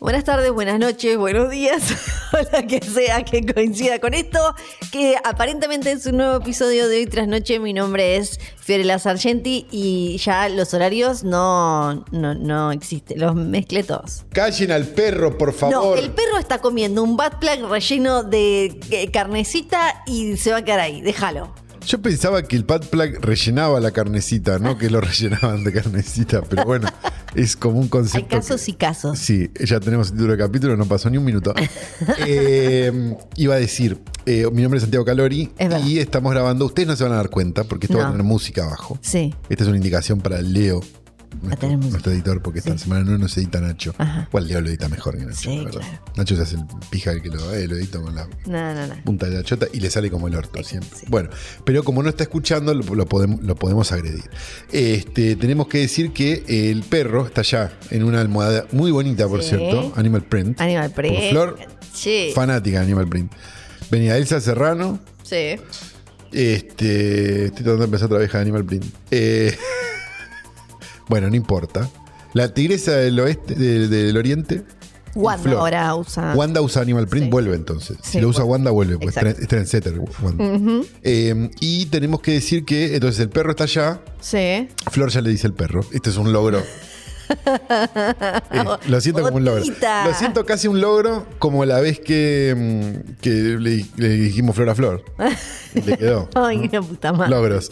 Buenas tardes, buenas noches, buenos días, o la que sea que coincida con esto, que aparentemente es un nuevo episodio de hoy tras noche. Mi nombre es Fiorella Sargenti y ya los horarios no, no, no existen, los mezclé todos. Callen al perro, por No, favor. el perro está comiendo un bad plug relleno de eh, carnecita y se va a quedar ahí, déjalo. Yo pensaba que el pad plug rellenaba la carnecita, Ah. no que lo rellenaban de carnecita, pero bueno, es como un Hay concepto. casos que- y casos. Sí, ya tenemos el título de capítulo, no pasó ni un minuto. Eh, iba a decir, eh, mi nombre es Santiago Calori Es verdad. y estamos grabando. Ustedes no se van a dar cuenta porque esto va No. a tener música abajo. Sí. Esta es una indicación para Leo, nuestro, tener música. nuestro editor, porque esta semana no nos edita Nacho. Ajá. Igual Leo lo edita mejor que Nacho, Sí, la verdad. claro. Nacho se hace el pija el que lo, eh, lo edita con la No, no, no. punta de la chota y le sale como el orto siempre. Sí. Bueno, pero como no está escuchando, lo, lo podemos, lo podemos agredir. Este, tenemos que decir que el perro está ya en una almohada muy bonita, por Sí. cierto, Animal Print. Animal Por Print. Flor, Sí. fanática de Animal Print. Venía Elsa Serrano. Sí. Este, estoy tratando de empezar otra vez de Animal Print. Eh, bueno, no importa. La tigresa del oeste, de- del oriente. Wanda Flor. ahora usa. Wanda usa Animal Print, Ah. Sí. vuelve entonces. Sí, si lo usa vuelve. Wanda, vuelve, pues Exacto. es trendsetter. Wanda. Eh, y tenemos que decir que entonces el perro está allá. Sí. Flor ya le dice el perro. Este es un logro. Eh, lo siento como un logro. Botita. Lo siento casi un logro como la vez que, mm, que le, le dijimos Flor a Flor. Y le quedó. Ay, una puta madre. Logros.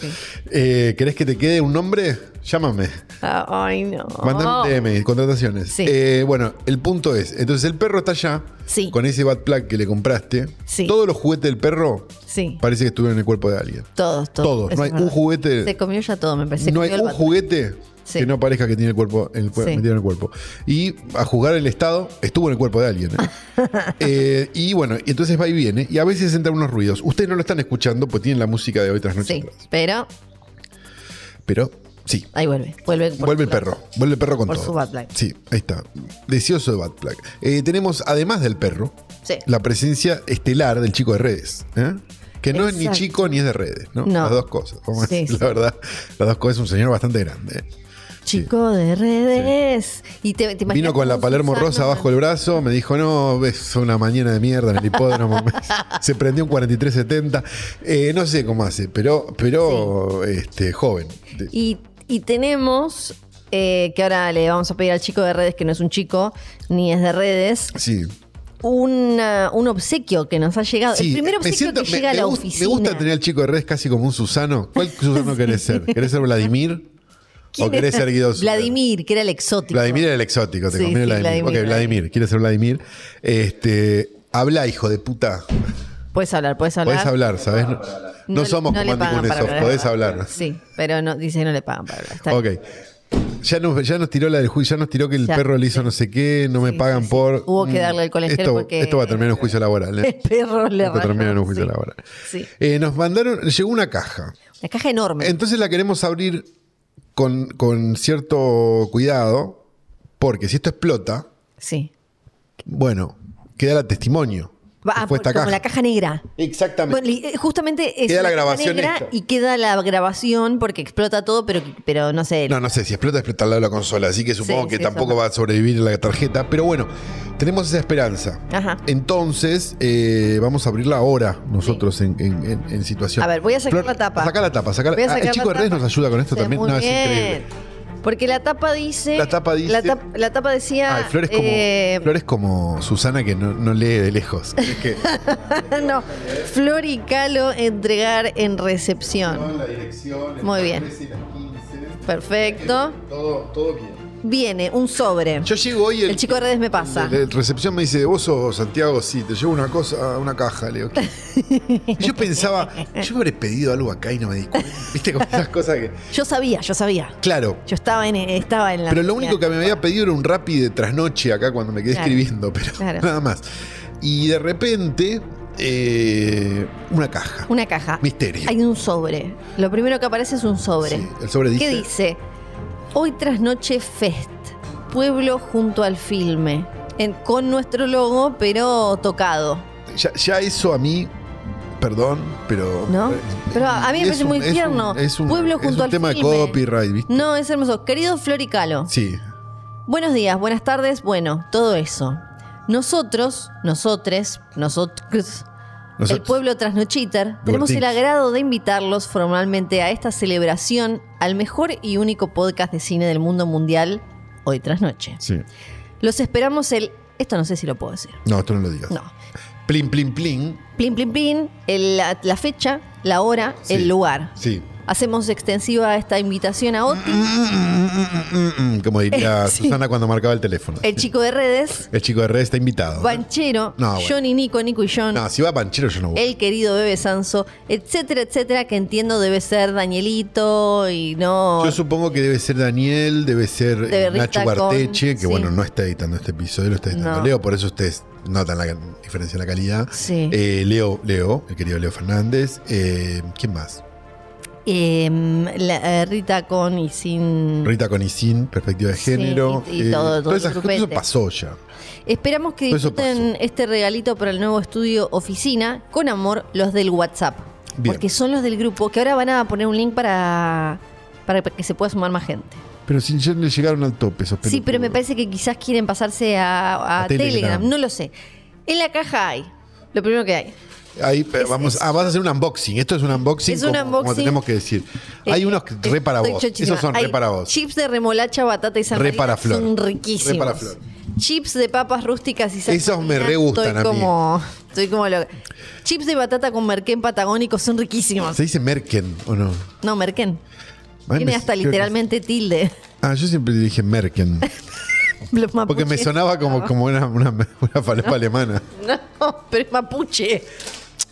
Eh, ¿Querés que te quede un nombre? Llámame. Ah, Ay, no. Mándame un DM, contrataciones. Sí. Eh, bueno, el punto es, entonces el perro está allá, Sí. con ese bat plug que le compraste. Sí. Todos los juguetes del perro Sí. parece que estuvieron en el cuerpo de alguien. Todos, todos. Todos, no hay Eso es un verdad. juguete- Se comió ya todo, me parece. no hay Comió el un bat- juguete Sí. que no parezca que tiene el cuerpo, el cuer- Sí. metido en el cuerpo. Y a jugar el estado, estuvo en el cuerpo de alguien. ¿eh? Eh, y bueno, y entonces va y viene, y a veces entran unos ruidos. Ustedes no lo están escuchando, pues tienen la música de hoy tras noche Sí, atrás. pero Pero sí. ahí vuelve. Vuelve, por Vuelve su el lado. perro, vuelve el perro con Por todo. su bad plug. Sí, ahí está. Deseoso de Bad Plug. Eh, tenemos, además del perro, Sí. la presencia estelar del chico de redes. ¿eh? Que no es ni Exacto. chico ni es de redes, ¿no? No. Las dos cosas. Vamos Sí, a decir sí. la verdad. Las dos cosas es un señor bastante grande. ¿eh? Chico de redes. Y te, te imaginas Vino con la cómo Palermo Susana- Rosa bajo el brazo, me dijo, no, es una mañana de mierda en el hipódromo. Se prendió un 4370. Eh, no sé cómo hace, pero, pero este, joven. Y, y tenemos. eh, que ahora le vamos a pedir al chico de redes, que no es un chico, ni es de redes, Sí. una- un obsequio que nos ha llegado. Sí, eh, el primer me obsequio siento- que me- llega a me la gust- oficina. Me gusta tener al chico de redes casi como un Susano. ¿Cuál Susano querés ser? ¿Querés ser Vladimir? ¿O ¿Quién querés era? ser Guido Susano? Vladimir, que era el exótico. Vladimir era el exótico, te Sí, conviene sí, Vladimir. Vladimir, Ok, Vladimir, quieres ser Vladimir. Este, habla, hijo de puta. Puedes hablar, puedes hablar. Podés hablar, ¿sabés? No, no le- somos no le como pagan Andy para Kuznetsov, hablar. podés hablar. Sí, pero no, dice que no le pagan para hablar. Está bien. Ok. Ya nos, ya nos tiró la del juicio, ya nos tiró que el Ya, perro le hizo no sé qué, no me pagan por. mm, Hubo que darle al colegial esto, porque- Esto va a terminar en un juicio laboral. ¿eh? El perro le Esto rajó, termina en un juicio sí. laboral. Sí. Eh, nos mandaron, llegó una caja. La caja enorme. Entonces la queremos abrir con, con cierto cuidado, porque si esto explota, sí. bueno, queda el testimonio. Va, que ah, por- como caja. la caja negra. Exactamente. Bueno, li- eh, justamente es Queda la una caja grabación negra esta. y queda la grabación porque explota todo, pero, pero no sé. no, no sé, si explota, explota al lado de la consola, así que supongo Sí, que sí, tampoco eso. va a sobrevivir la tarjeta, pero bueno, tenemos esa esperanza. Ajá. Entonces, eh, vamos a abrirla ahora nosotros en, en- en- en situación. A ver, voy a sacar la tapa. Saca la tapa, saca la Voy a ah, sacar El la chico de redes tapa. nos ayuda con esto Sí, también. muy No, es bien. increíble. Porque la tapa dice. La tapa dice- La, tap- la tapa decía. Ay, Ah, Flor es como, eh, Flor es como Susana que no, no lee de lejos. Es que no, Flor y Calo entregar en recepción. la dirección, Muy bien. Perfecto. Todo, bien. Viene un sobre. Yo llego hoy. El chico de redes me pasa. La recepción me dice, vos sos Santiago, sí, te llevo una cosa, una caja, Leo. yo pensaba, yo habré pedido algo acá y no me di cuenta. Viste como esas cosas que. Yo sabía, yo sabía. Claro. Yo estaba en, estaba en la. Pero lo único que me había pedido era un rapi de trasnoche acá cuando me quedé Claro. escribiendo, pero Claro. nada más. Y de repente, eh, una caja. Una caja. Misterio. Hay un sobre. Lo primero que aparece es un sobre. Sí, el sobre dice. ¿Qué dice? Hoy tras noche Fest, pueblo junto al filme, en- con nuestro logo pero tocado. Ya, ya eso a mí perdón, pero. eh, ¿No? Pero a a mí me Es parece un- muy es un- tierno. es un, Pueblo es junto un al tema filme. de copyright, ¿viste? No, es hermoso. Querido Flor y Calo, Sí. buenos días, buenas tardes, bueno, todo eso. Nosotros, nosotres, nosotros, Nosotros. el pueblo trasnochiter, tenemos el Divertidos. agrado de invitarlos formalmente a esta celebración al mejor y único podcast de cine del mundo mundial hoy tras noche. Sí. Los esperamos el... Esto no sé si lo puedo decir. No, esto no lo digas. No. Plin, plin, plin. Plin, plin, plin, el- la, la fecha, la hora, Sí. el lugar. Sí. Hacemos extensiva esta invitación a Oti, Mm, Como diría Eh, sí. Susana cuando marcaba el teléfono. el chico de redes, El chico de red está invitado. Banchero, No, bueno. Johnny, Nico, Nico y John, No, si va Panchero yo no voy. el querido Bebe Sanso, etcétera, etcétera, que entiendo debe ser Danielito y no... Yo supongo que debe ser Daniel, debe ser Debe eh, Nacho Rita con- Barteche, que sí. bueno, no está editando este episodio, lo está editando No. Leo, por eso ustedes notan la diferencia en la calidad. Sí. Eh, Leo, Leo, el querido Leo Fernández. Eh, ¿Quién más? Eh, la- eh, Rita con y sin... Rita Conisin, perspectiva de Mm. Sí, género. eh, y- y todo- todo todas el esas cosas, grupete. eso pasó ya. Esperamos que Todo eso disfruten este regalito para el nuevo estudio Oficina, con amor, los del WhatsApp. Bien. Porque son los del grupo, que ahora van a poner un link para, para que se pueda sumar más gente. Pero sin ya le llegaron al tope esos sí, pero me pelotudos. parece que quizás quieren pasarse a, a A Telegram. Telegram. no lo sé. En la caja hay, lo primero que hay. Ahí eh, vamos, ah, vas a hacer un unboxing. Esto es un unboxing, Es un como, como unboxing. tenemos que decir. Hay Eh, unos que- re para estoy vos. chochísima. Esos son Hay re para vos. Chips de remolacha, batata y San Re Marino para flor. Son riquísimos. Re para flor. Chips de papas rústicas y San Esos me Marino, re gustan estoy a mí. como, Estoy como loca. Chips de batata con merquén patagónico son riquísimos. ¿Se dice Merken o no? No, merquén. Ay, Tiene me- hasta creo que- literalmente tilde. Ah, yo siempre dije Merken. Los Porque me mapuches. sonaba como, como una, una, una falopa alemana. No, pero es mapuche.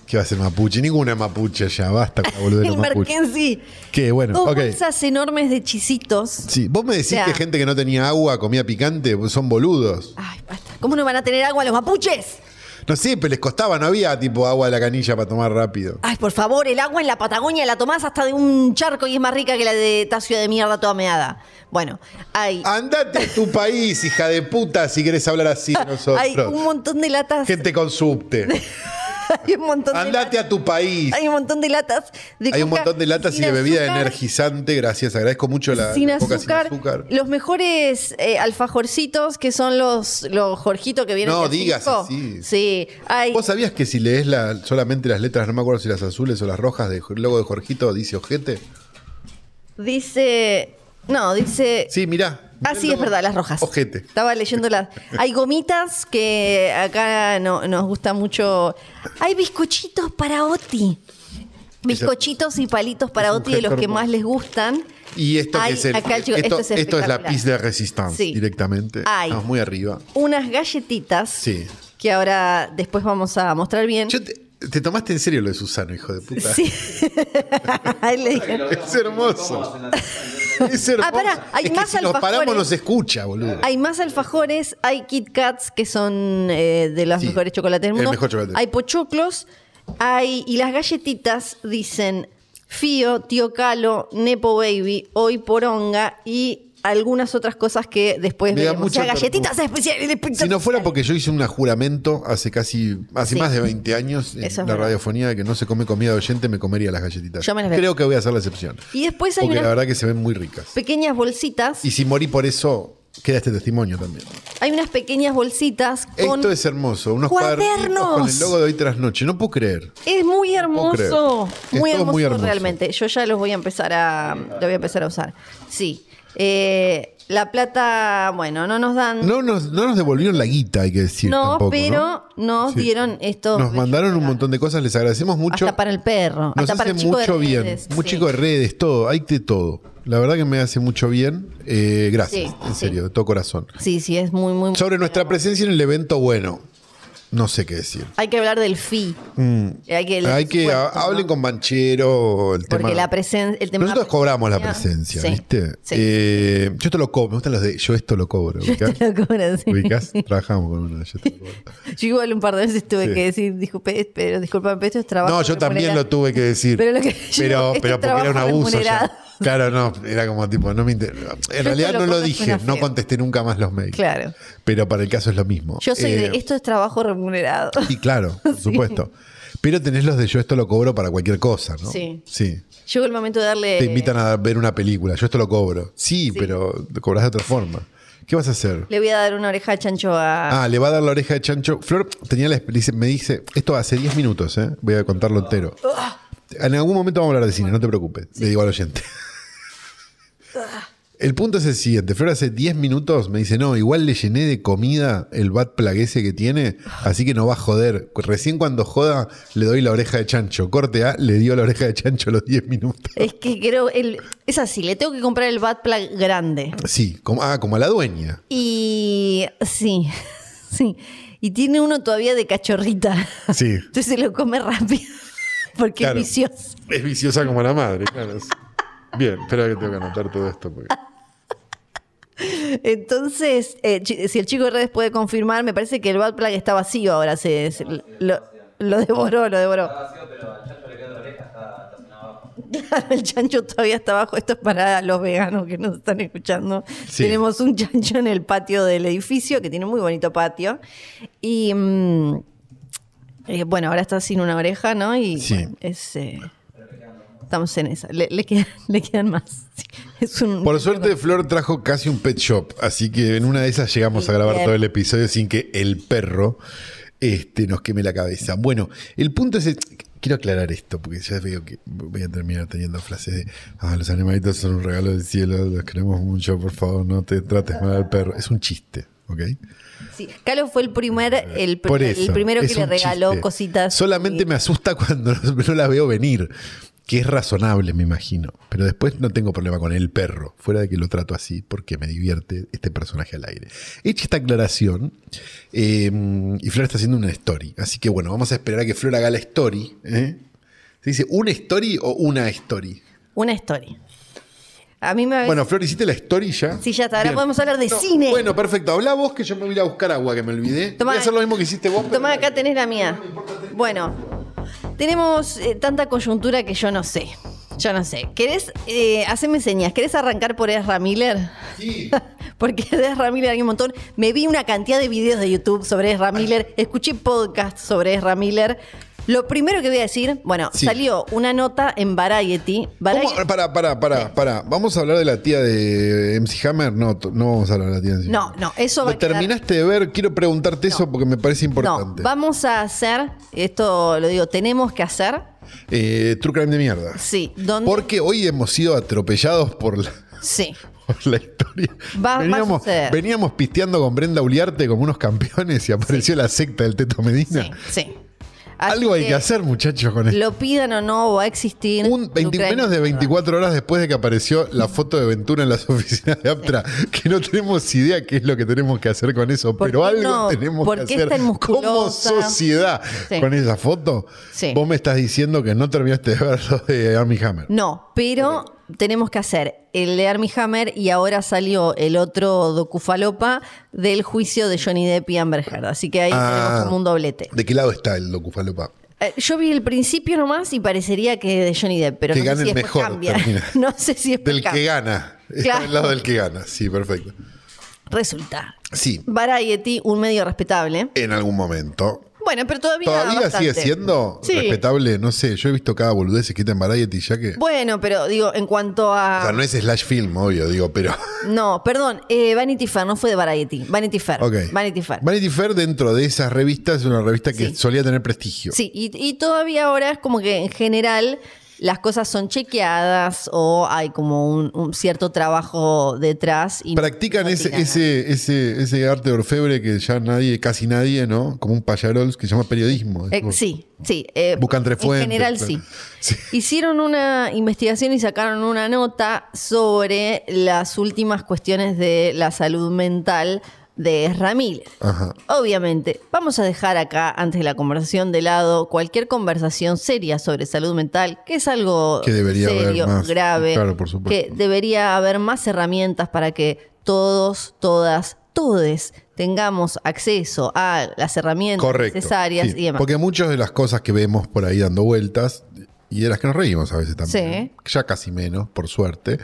¿Qué va a ser mapuche? Ninguna es mapuche ya, basta con la boludez de El los mapuches. merquén sí. Que bueno, Dos ok. bolsas enormes de chisitos. Sí, vos me decís O sea- que gente que no tenía agua, comía picante, pues son boludos. Ay, basta. ¿Cómo no van a tener agua los mapuches? No sé, pero les costaba, no había tipo agua de la canilla para tomar rápido. Ay, por favor, el agua en la Patagonia la tomás hasta de un charco y es más rica que la de esta ciudad de mierda toda meada. Bueno, hay, Ah, Andate a tu país, hija de puta, si querés hablar así de nosotros. hay un montón de latas. Gente con subte. Hay un montón de Andate a tu país. latas- hay un montón de latas de Hay un coca montón de latas y sin de bebida azúcar, energizante, gracias. Agradezco mucho la sin la coca azúcar, sin azúcar. Los mejores eh, alfajorcitos que son los, los Jorgitos que vienen. No, de a digas cinco. así. Sí, hay. ¿Vos sabías que si lees la- solamente las letras, no me acuerdo si las azules o las rojas del logo de Jorgito, dice ojete? Dice. No, dice. Sí, mirá. Ah, sí, es verdad, las rojas. Ojete. Estaba leyéndolas. Hay gomitas que acá no- nos gusta mucho. Hay bizcochitos para Oti. Bizcochitos y palitos para Es un Oti de los gesto que hermoso. más les gustan. Y esto Ay, que es el- acá el chico- esto, esto es esto es la espectacular. pizza de Resistance Sí. directamente. Ay. Estamos muy arriba. Unas galletitas Sí. que ahora después vamos a mostrar bien. Yo te, te tomaste en serio lo de Susano, hijo de puta. Sí. Ahí le dije. Es hermoso. Es hermoso. Ah, pará, hay Es que más si nos alfajores. Ah, paramos nos escucha, boludo. Hay más alfajores, hay Kit Kats, que son eh, de los Sí, mejores chocolates del el mundo. mejor chocolate. Hay pochoclos, hay. Y las galletitas dicen Fío, Tío Calo, Nepo Baby, Hoy Poronga y algunas otras cosas que después Me da veremos. O sea, mucha galletitas especiales. Si no espectaculares. fuera porque yo hice un juramento hace casi, hace Sí. más de 20 años en Eso es la verdad. radiofonía de que no se come comida de oyente, me comería las galletitas. Yo me las veo. Creo que voy a hacer la excepción. Y después hay Porque la unas verdad que se ven muy ricas. pequeñas bolsitas. Y si morí por eso, queda este testimonio también. Hay unas pequeñas bolsitas con. Esto es hermoso. Unos cuadernitos ¡Cuadernos! con el logo de hoy tras noche. No puedo creer. Es muy hermoso. creer. Muy Es todo hermoso, muy hermoso. realmente. Yo ya los voy a empezar a. Lo voy a empezar a usar. Sí. Eh, la plata, bueno, no nos dan. No nos, no nos devolvieron la guita, hay que decir. No, tampoco, pero nos dieron estos Nos mandaron un regalos. montón de cosas, les agradecemos mucho. Hasta para el perro, Nos hasta para el hace chico de mucho bien. redes, Muy sí. chico de redes, todo. Hay de todo. La verdad que me hace mucho bien. Eh, gracias, Sí, en sí. serio, de todo corazón. Sí, sí, es muy, muy. Sobre nuestra presencia en el evento, bueno, no sé qué decir. Hay que hablar del fee. Hay que, Mm. Hay que bueno, ha- ¿no? hablen con Banchero, el Porque tema. la presen- el tema de la Nosotros cobramos la presencia- presencia, Sí, ¿viste? sí. Eh, yo esto lo cobro, me gustan los de yo esto lo cobro. ¿ubicás? Te lo cobran, sí. ¿Ubicás? Trabajamos con uno de yo esto lo cobro. Yo igual un par de veces tuve Sí. que decir, disculpe, pero disculpa, pero esto es trabajo. No, yo también remunerado". lo tuve que decir. Pero lo que- esto es pero, pero porque era un trabajo abuso remunerado. ya. Claro, no, era como tipo, no me inter- En te realidad lo no lo cobro, suena dije, feo. no contesté nunca más los mails. Claro. Pero para el caso es lo mismo. Yo soy Eh, de esto es trabajo remunerado. Y claro, por supuesto. Pero tenés los de yo esto lo cobro para cualquier cosa, ¿no? Sí. Eh. Sí. Llegó el momento de darle. Te invitan a ver una película, yo esto lo cobro. Sí, pero lo cobras de otra forma. ¿Qué vas a hacer? Le voy a dar una oreja de chancho a. Ah, le va a dar la oreja de chancho. Flor tenía la, dice- me dice, esto hace 10 minutos, ¿eh? voy a contarlo entero. En algún momento vamos a hablar de cine, no te preocupes, le digo al oyente. El punto es el siguiente, Flor hace 10 minutos me dice, no, igual le llené de comida el bat plaguese que tiene, así que no va a joder. Recién cuando joda le doy la oreja de chancho. Corte A, le dio la oreja de chancho a los 10 minutos. Es que creo. El... Es así, le tengo que comprar el Bad Plug grande. Sí, como, ah, como a la dueña. Y. Sí. Sí. Y tiene uno todavía de cachorrita. Sí. Entonces se lo come rápido. Porque Claro. es vicioso. Es viciosa como la madre, claro. Bien, espera que tengo que anotar todo esto. porque- Entonces, eh, chi- si el chico de redes puede confirmar, me parece que el Bad Plug está vacío ahora. Se, se- lo, lo devoró, lo devoró. Claro, el chancho todavía está abajo. Esto es para los veganos que nos están escuchando. Sí. Tenemos un chancho en el patio del edificio, que tiene un muy bonito patio. Y mm, eh, bueno, ahora está sin una oreja, ¿no? Y Sí. bueno, es, eh, estamos en esa. Le, le quedan, le quedan más. Sí. Es un, Por suerte, Flor trajo casi un pet shop, así que en una de esas llegamos a grabar Bien. todo el episodio sin que el perro este, nos queme la cabeza. Bueno, el punto es. el- Quiero aclarar esto, porque ya veo que voy a terminar teniendo frases de. Ah, los animalitos son un regalo del cielo, los queremos mucho, por favor, no te trates mal al perro. Es un chiste, ¿ok? Sí, Calo fue el primer, el, pr- Eh, Por eso, el primero que es le un regaló chiste. cositas. Solamente Y- me asusta cuando no, no la veo venir, que es razonable, me imagino. Pero después no tengo problema con el perro, fuera de que lo trato así, porque me divierte este personaje al aire. Hecha esta aclaración, eh, y Flor está haciendo una story. Así que bueno, vamos a esperar a que Flor haga la story. ¿eh? ¿Se dice una story o una story? una historia. A mí me Bueno, Flor, ¿hiciste la story ya? Sí, ya está. Ahora Bien. podemos hablar de No, cine. Bueno, perfecto. Habla vos que yo me voy a ir a buscar agua, que me olvidé. Tomá. Voy a hacer lo mismo que hiciste vos. pero- Tomá, acá tenés la mía. Bueno, tenemos eh, tanta coyuntura que yo no sé. Yo no sé. ¿Querés, eh, haceme señas, ¿querés arrancar por Ezra Miller? Sí. Porque de Ezra Miller hay un montón. Me vi una cantidad de videos de YouTube sobre Ezra Miller, escuché podcasts sobre Ezra Miller. Lo primero que voy a decir, bueno, Sí. salió una nota en Variety. Variety ¿Cómo? Pará, pará, pará, pará. ¿Vamos a hablar de la tía de MC Hammer? No, t- no vamos a hablar de la tía de MC No, Hammer. no, eso va ¿Lo a quedar- terminaste de ver? Quiero preguntarte eso porque me parece No, importante. vamos a hacer, esto lo digo, tenemos que hacer. Eh, True Crime de mierda. Sí, ¿dónde? Porque hoy hemos sido atropellados por la, Sí. por la historia. Va- va a veníamos, suceder. veníamos pisteando con Brenda Uliarte como unos campeones y apareció la secta del Teto Medina. Sí, sí. Así Algo hay que hacer, muchachos, con esto. Lo pidan o no, va a existir. Un 20 Ucrania. menos de 24 horas después de que apareció la foto de Ventura en las oficinas de Aptra, que no tenemos idea qué es lo que tenemos que hacer con eso, ¿Por pero qué algo no? tenemos ¿Por que qué hacer es tan como musculosa? sociedad Sí. con esa foto. Sí. Vos me estás diciendo que no terminaste de ver lo de Army Hammer. No, pero tenemos que hacer el de Army Hammer y ahora salió el otro docufalopa del juicio de Johnny Depp y Amber Heard. Así que ahí Ah. tenemos como un doblete. ¿De qué lado está el docufalopa? Eh, Yo vi el principio nomás y parecería que de Johnny Depp, pero Que no sé gane si el después mejor, cambia. termina. No sé si después Del que cambia. gana. Está Claro. del lado del que gana. Sí, perfecto. Resulta. Sí, Variety, un medio respetable. en algún momento. Bueno, pero todavía. ¿Todavía sigue bastante. siendo Sí. respetable? No sé, yo he visto cada boludez escrita en Variety ya que... Bueno, pero digo, en cuanto a. O sea, no es slash film, obvio, digo, pero... No, perdón, eh, Vanity Fair, no fue de Variety. Vanity Fair. Ok. Vanity Fair. Vanity Fair dentro de esas revistas es una revista que Sí. solía tener prestigio. Sí, y, y todavía ahora es como que en general las cosas son chequeadas o hay como un, un cierto trabajo detrás. Y Practican no ese, tiran nada. ese, ese, ese arte orfebre que ya nadie, casi nadie, ¿no? Como un payarols que se llama periodismo. Es Eh, como- sí, sí. eh, Buscan tres fuentes, En general, claro. sí. Sí. Hicieron una investigación y sacaron una nota sobre las últimas cuestiones de la salud mental de Ramírez. Ajá. Obviamente, vamos a dejar acá, antes de la conversación de lado, cualquier conversación seria sobre salud mental, que es algo Que debería haber serio, más. grave, Claro, por supuesto. que debería haber más herramientas para que todos, todas, todes tengamos acceso a las herramientas Correcto. necesarias sí. y demás. Porque muchas de las cosas que vemos por ahí dando vueltas, y de las que nos reímos a veces también, ya casi menos, por suerte,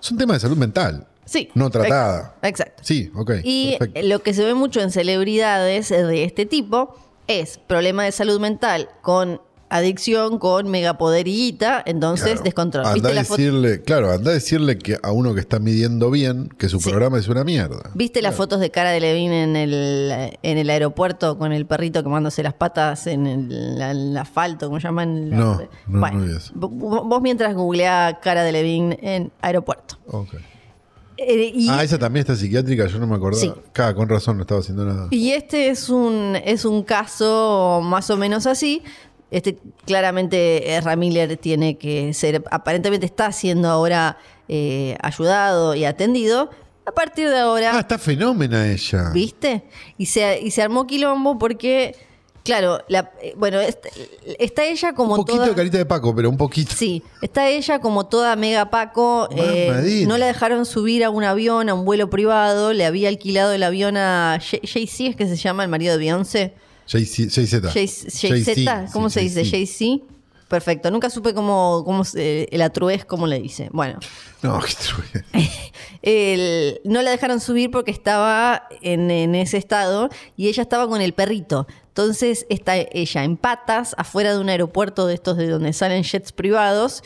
son temas de salud mental. Sí, No tratada. exacto, exacto. Sí, ok. Y perfecto. lo que se ve mucho en celebridades de este tipo es problema de salud mental con adicción con megapoder y guita, entonces Claro. descontrol. Andá ¿Viste a la, foto, decirle, claro, anda a decirle que a uno que está midiendo bien que su Sí. programa es una mierda. ¿Viste las fotos de cara de Levine en el, en el aeropuerto con el perrito quemándose las patas en el, la- el asfalto, como llaman? La- No, no, no vi eso. vo- vo- vos mientras googleá cara de Levine en aeropuerto. Ok. Eh, y Ah, esa también está psiquiátrica, yo no me acordaba. Sí. Cá, con razón, no estaba haciendo nada. Y este es un, es un caso más o menos así. Este claramente eh, Ramiller tiene que ser, aparentemente está siendo ahora eh, ayudado y atendido. A partir de ahora, Ah, está fenómena ella. ¿viste? Y se, y se armó quilombo porque, claro, la, eh, bueno, est- está ella como un poquito toda... de carita de Paco, pero un poquito. Sí, está ella como toda mega Paco. eh, Mamadera. no la dejaron subir a un avión, a un vuelo privado. Le había alquilado el avión a Jay- Jay-Z, es que se llama el marido de Beyoncé. Jay-Z. Jay-Z. Jay- Jay-Z, ¿cómo se dice? Jay-Z. Perfecto, nunca supe cómo, cómo se- el atruez, cómo le dice. Bueno, No, qué true. el- no la dejaron subir porque estaba en, en ese estado y ella estaba con el perrito. Entonces está ella en patas, afuera de un aeropuerto de estos de donde salen jets privados,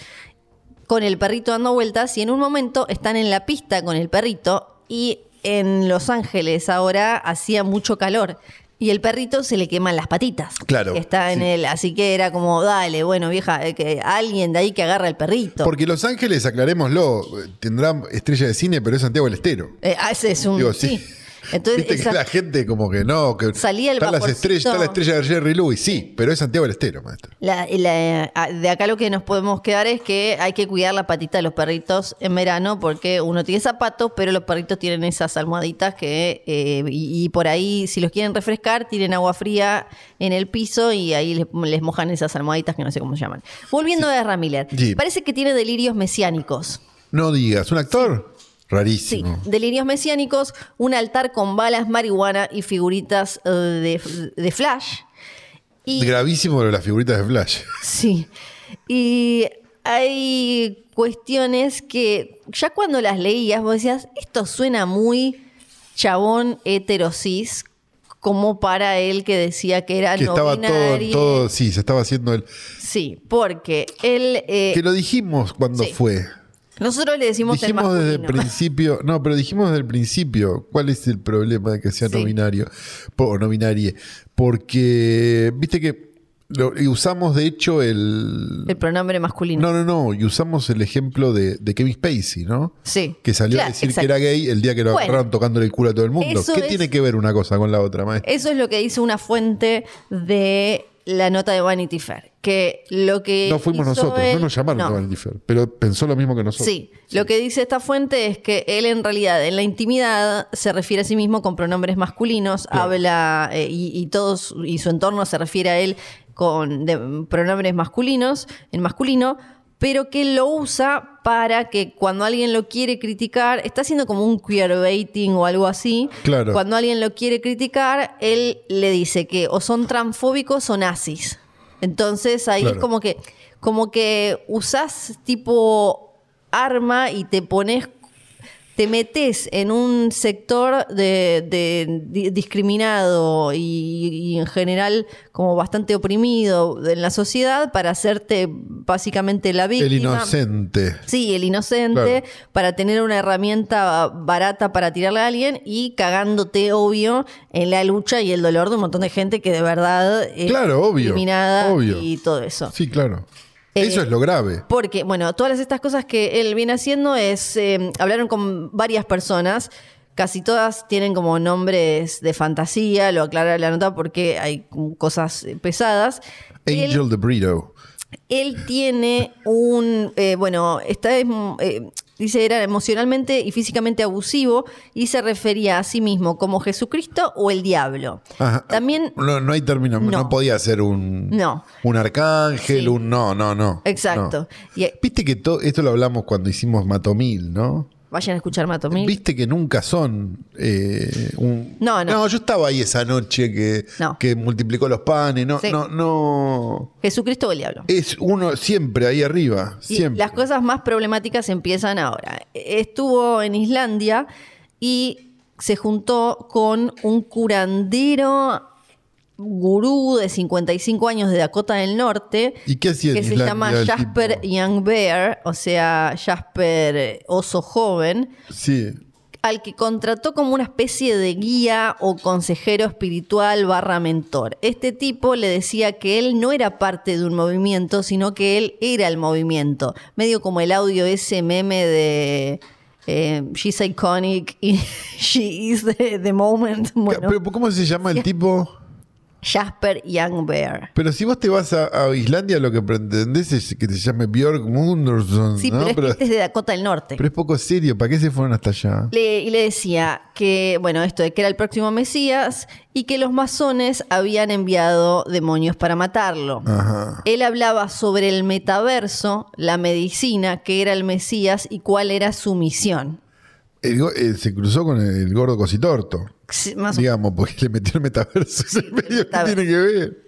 con el perrito dando vueltas y en un momento están en la pista con el perrito y en Los Ángeles ahora hacía mucho calor. Y el perrito se le queman las patitas. Claro, Que Está en sí. él. Así que era como, dale, bueno, vieja, eh, que alguien de ahí que agarra el perrito. Porque Los Ángeles, aclarémoslo, eh, tendrá estrella de cine, pero es Santiago del Estero. Eh, ah, ese es un. Digo, sí. sí. Entonces, Viste esa- que la gente como que no, que Salía el están las vaporcito. estrellas, está la estrella de Jerry Lewis, sí, pero es Santiago del Estero, maestro. la- la- a- de acá lo que nos podemos quedar es que hay que cuidar la patita de los perritos en verano porque uno tiene zapatos, pero los perritos tienen esas almohaditas que. eh, y, y por ahí, si los quieren refrescar, tienen agua fría en el piso y ahí les, les mojan esas almohaditas que no sé cómo se llaman. Volviendo a Ramiller, Sí. parece que tiene delirios mesiánicos. No digas, un actor Sí, rarísimo. delirios mesiánicos, un altar con balas, marihuana y figuritas eh, de, de flash. Y, Gravísimo lo de las figuritas de Flash. sí, y hay cuestiones que ya cuando las leías vos decías, esto suena muy chabón heterosis, como para él que decía que era que no estaba todo, binario. todo, sí, se estaba haciendo el... Sí, porque él... eh, que lo dijimos cuando sí. fue. nosotros le decimos el Dijimos desde el masculino. principio, no, pero dijimos desde el principio cuál es el problema de que sea Sí. no binario po- o no binarie. Porque, viste que lo- y usamos de hecho el... El pronombre masculino. No, no, no, y usamos el ejemplo de, de Kevin Spacey, ¿no? Sí. Que salió Claro, a decir exacto. que era gay el día que lo Bueno. agarraron tocándole el culo a todo el mundo. Eso ¿Qué es- tiene que ver una cosa con la otra, maestro? Eso es lo que dice una fuente de la nota de Vanity Fair. Que lo que. No fuimos hizo nosotros, él- no nos llamaron Eh, No. a Vanity Fair, pero pensó lo mismo que nosotros. Sí, lo que dice esta fuente es que él en realidad en la intimidad se refiere a sí mismo con pronombres masculinos, habla eh, y, y todos y su entorno se refiere a él con de- pronombres masculinos, en masculino, pero que lo usa para que cuando alguien lo quiere criticar, está haciendo como un queerbaiting o algo así. Claro. Cuando alguien lo quiere criticar, él le dice que o son transfóbicos o nazis. Entonces ahí es Claro. como como que, como que usás tipo arma y te pones, te metes en un sector de, de- di- discriminado y, y en general como bastante oprimido en la sociedad para hacerte básicamente la víctima. El inocente. Sí, el inocente, Claro. para tener una herramienta barata para tirarle a alguien y cagándote, obvio, en la lucha y el dolor de un montón de gente que de verdad es Claro, obvio, discriminada obvio. y todo eso. Sí, claro. Eh, Eso es lo grave. Porque, bueno, todas estas cosas que él viene haciendo es. eh, hablaron con varias personas. Casi todas tienen como nombres de fantasía, lo aclara la nota porque hay como cosas eh, pesadas. Él- Angel de Brito. él tiene un, eh, bueno, está, em- eh, dice, era emocionalmente y físicamente abusivo y se refería a sí mismo como Jesucristo o el diablo. Ajá. También, No, no hay término. No. No. podía ser un, No. un arcángel, Sí. un no, no, no. exacto. No. Y, eh, Viste que todo esto lo hablamos cuando hicimos Matomil, ¿no? vayan a escuchar Matomil. Viste que nunca son eh, un... No, no. yo estaba ahí esa noche que, No. que multiplicó los panes. No, Sí. no, no. Jesucristo o el diablo. Es uno siempre ahí arriba. Y Siempre. las cosas más problemáticas empiezan ahora. Estuvo en Islandia y se juntó con un curandero gurú de 55 años de Dakota del Norte ¿Y qué hacía en que se Islandia llama el Jasper tipo? Young Bear, o sea, Jasper eh, Oso Joven, Sí. al que contrató como una especie de guía o consejero espiritual barra mentor. Este tipo le decía que él no era parte de un movimiento, sino que él era el movimiento. Medio como el audio ese meme de eh, She's iconic y She is the, the moment. Bueno, Pero, ¿Cómo se llama el tipo? Jasper Young Bear. Pero si vos te vas a, a Islandia, lo que pretendés es que te llame Björk Munderson, Sí, ¿no? pero, es que pero, este es de Dakota del Norte. pero es poco serio. ¿Para qué se fueron hasta allá? Le- y le decía que, bueno, esto de que era el próximo Mesías y que los masones habían enviado demonios para matarlo. Ah. Ajá. Él hablaba sobre el metaverso, la medicina, que era el Mesías y cuál era su misión. El go- eh, se cruzó con el, gordo cositorto, Ah, Sí, más o- digamos, porque le metió el metaverso en el medio. ¿Qué metaverso. tiene que ver?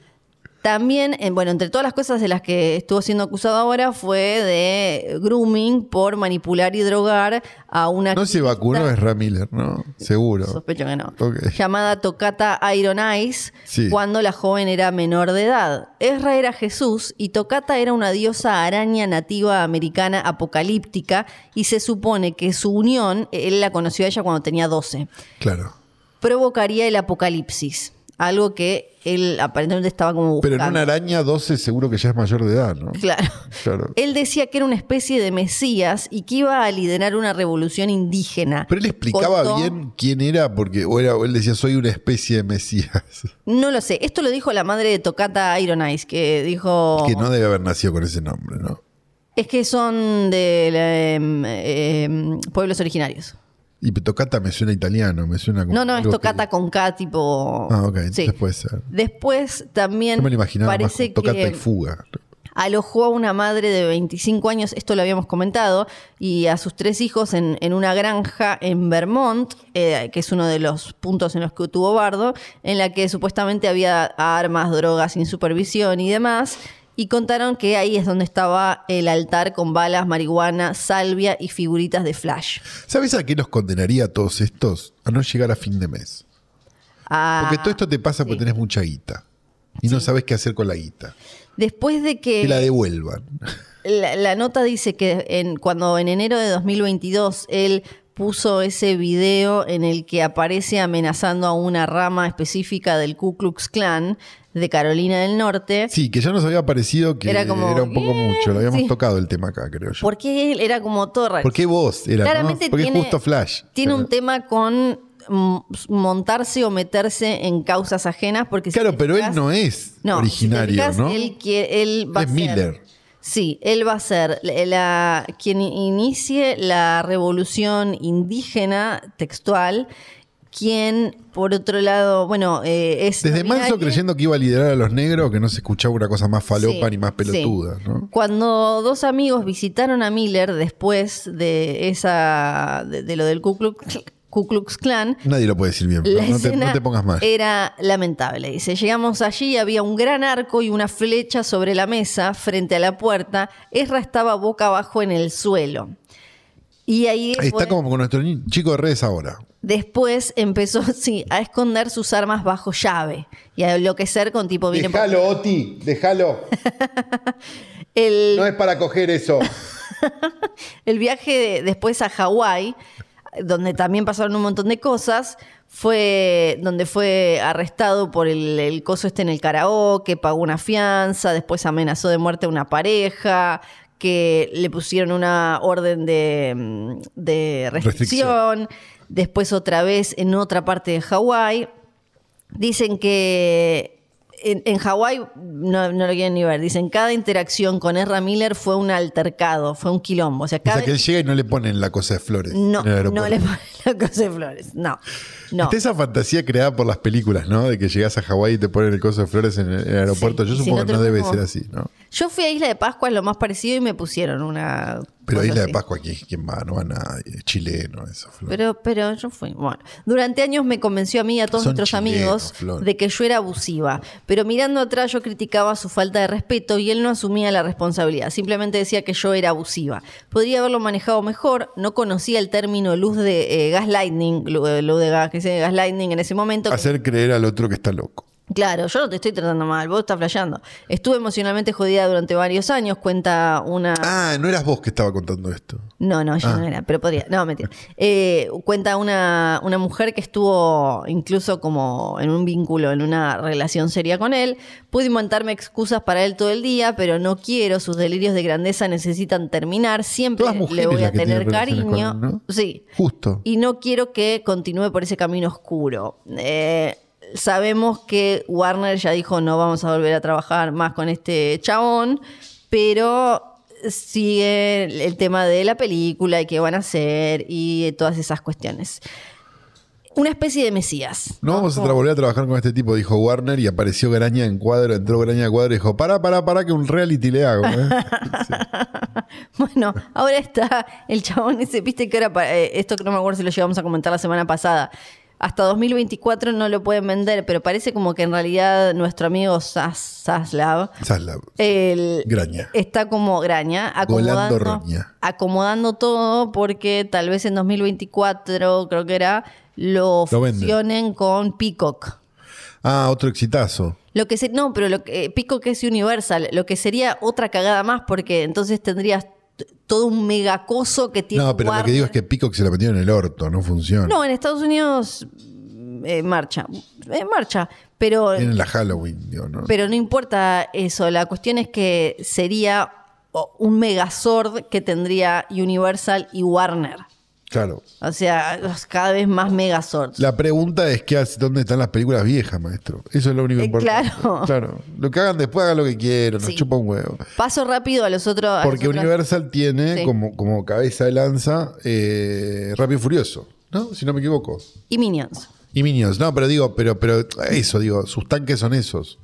También, eh, bueno, entre todas las cosas de las que estuvo siendo acusado ahora fue de grooming por manipular y drogar a una... No se vacunó activista- es Miller, ¿no? Seguro. Sospecho que no. Ok. Llamada Tocata Iron Eyes, Sí. cuando la joven era menor de edad. Ezra era Jesús y Tocata era una diosa araña nativa americana apocalíptica y se supone que su unión, él la conoció a ella cuando tenía 12, Claro. provocaría el apocalipsis. Algo que él aparentemente estaba como Pero buscando. en una araña 12 seguro que ya es mayor de edad, ¿no? Claro. Claro. Él decía que era una especie de mesías y que iba a liderar una revolución indígena. Pero él explicaba Contó- bien quién era, porque o, era, o él decía, soy una especie de Mesías. No lo sé. Esto lo dijo la madre de Tocata Iron Eyes, que dijo. Que no debe haber nacido con ese nombre, ¿no? Es que son de la, em, em, pueblos originarios. Y Tocata me suena italiano, me suena como. No, no, es algo que- Tocata con K, tipo. Ah, ok, Sí. entonces puede ser. Después también Yo me lo imaginaba más parece como Tocata que y Fuga. alojó a una madre de 25 años, esto lo habíamos comentado, y a sus tres hijos en, en una granja en Vermont, eh, que es uno de los puntos en los que tuvo Bardo, en la que supuestamente había armas, drogas sin supervisión y demás. Y contaron que ahí es donde estaba el altar con balas, marihuana, salvia y figuritas de flash. ¿Sabes a qué los condenaría a todos estos? A no llegar a fin de mes. Ah, Porque todo esto te pasa porque sí. tenés mucha guita. Y no sabes qué hacer con la guita. Después de que... Que la devuelvan. La, la nota dice que en, cuando en enero de 2022 él puso ese video en el que aparece amenazando a una rama específica del Ku Klux Klan de Carolina del Norte, Sí, que ya nos había parecido que era, Era como, un poco "Eh", mucho. Lo habíamos sí. tocado el tema acá, creo yo. ¿Por, porque él era como todo raro. qué vos? Era, ¿no? Claramente Porque tiene- es justo Flash. Tiene un Claro. tema con mm, montarse o meterse en causas ajenas porque... si Claro, te pero él fijas- no es No, si te originario, fijas, ¿no? Él, quie- él va Es a ser- Miller. Sí, él va a ser la- la- quien inicie la revolución indígena textual, quien, por otro lado, bueno, eh, es... Desde no Manso binario. creyendo que iba a liderar a los negros, que no se escuchaba una cosa más falopa Sí, ni más pelotuda, sí. ¿no? Cuando dos amigos visitaron a Miller después de esa de, de lo del Ku Klux, Ku Klux Klan, Nadie lo puede decir bien. La No, No te, escena no te pongas mal. Era lamentable. Dice: Llegamos allí, había un gran arco y una flecha sobre la mesa, frente a la puerta. Ezra estaba boca abajo en el suelo. Y ahí es Está bueno, como con nuestro ni- chico de redes ahora. después empezó sí, a esconder sus armas bajo llave y a enloquecer con tipo viene por- Oti, déjalo. el, es para coger eso. el viaje de- después a Hawái, donde también pasaron un montón de cosas, fue donde fue arrestado por el, el coso este en el karaoke, pagó una fianza, después amenazó de muerte a una pareja, que le pusieron una orden de, mm, de Restricción. restricción, después otra vez en otra parte de Hawái. Dicen que en, en Hawái, no, no lo quieren ni ver, dicen cada interacción con Ezra Miller fue un altercado, fue un quilombo. O sea, O cada, sea, que él llega y no le ponen la cosa de flores. no, Este, en el aeropuerto. no Este le ponen la cosa de flores. No, no. Está esa fantasía creada por las películas, ¿no? De que llegas a Hawái y te ponen el coso de flores en el en el aeropuerto. Sí, Yo y si supongo no que te no lo debe como- ser así, ¿no? Yo fui a Isla de Pascua, lo más parecido, y me pusieron una. Pero cosa Isla de así. Pascua, ¿quién, quién va? No va nadie. Es chileno, eso. Flor. Pero, pero yo fui. Bueno, durante años me convenció a mí y a todos Son nuestros chilenos, amigos Flor. de que yo era abusiva. Pero mirando atrás yo criticaba su falta de respeto y él no asumía la responsabilidad. Simplemente decía que yo era abusiva. Podría haberlo manejado mejor. No conocía el término luz de eh, gaslighting, lu- eh, luz de gas, que se dice gaslighting en ese momento. Hacer creer al otro que está loco. Claro, yo no te estoy tratando mal, vos estás flasheando. Estuve emocionalmente jodida durante varios años, cuenta una... Ah, no eras vos que estaba contando esto. No, no, yo Ah. no era, pero podría. No, mentira. Eh, cuenta una, una mujer que estuvo incluso como en un vínculo, en una relación seria con él. Pude inventarme excusas para él todo el día, pero no quiero. Sus delirios de grandeza necesitan terminar. Siempre Todas le mujeres voy las a que tienen tener relaciones con él, cariño. ¿no? Sí. Justo. Y no quiero que continúe por ese camino oscuro. Eh, sabemos que Warner ya dijo no vamos a volver a trabajar más con este chabón, pero sigue el- el tema de la película y qué van a hacer y todas esas cuestiones. Una especie de mesías. No vamos a tra- volver a trabajar con este tipo, dijo Warner, y apareció Graña en cuadro, entró Graña en cuadro y dijo, para, para, para, que un reality le hago. ¿eh?". Bueno, ahora está el chabón ese, viste que ahora, pa- eh, esto que no me acuerdo si lo llevamos a comentar la semana pasada, hasta 2024 no lo pueden vender, pero parece como que en realidad nuestro amigo Sas, Saslav, Esa es la- el- Graña. está como graña, Volando acomodando, roña. acomodando todo porque tal vez en 2024, creo que era, lo, Lo venden. fusionen con Peacock. Ah, otro exitazo. Lo que se, no, pero lo que, eh, Peacock es Universal, lo que sería otra cagada más porque entonces tendrías t- todo un megacoso que tiene No, pero lo que Warner. digo es que Peacock se la metió en el orto, no funciona. No, en Estados Unidos mm, eh, marcha, eh, marcha, pero Tienen la Halloween, digo, ¿no? Pero no importa eso, la cuestión es que sería o- un megazord que tendría Universal y Warner. claro. O sea, los cada vez más megazords. La pregunta es que, hace- ¿dónde están las películas viejas, maestro? Eso es lo único Eh, importante. claro. Lo que hagan después, hagan lo que quieran, nos Sí. chupa un huevo. Paso rápido a los otros. a los Porque otros- Universal tiene Ah, Sí. como, como cabeza de lanza eh, Rápido y Furioso, ¿no? Si no me equivoco. Y Minions. Y Minions, no, pero digo, pero, pero eso, digo, sus tanques son esos.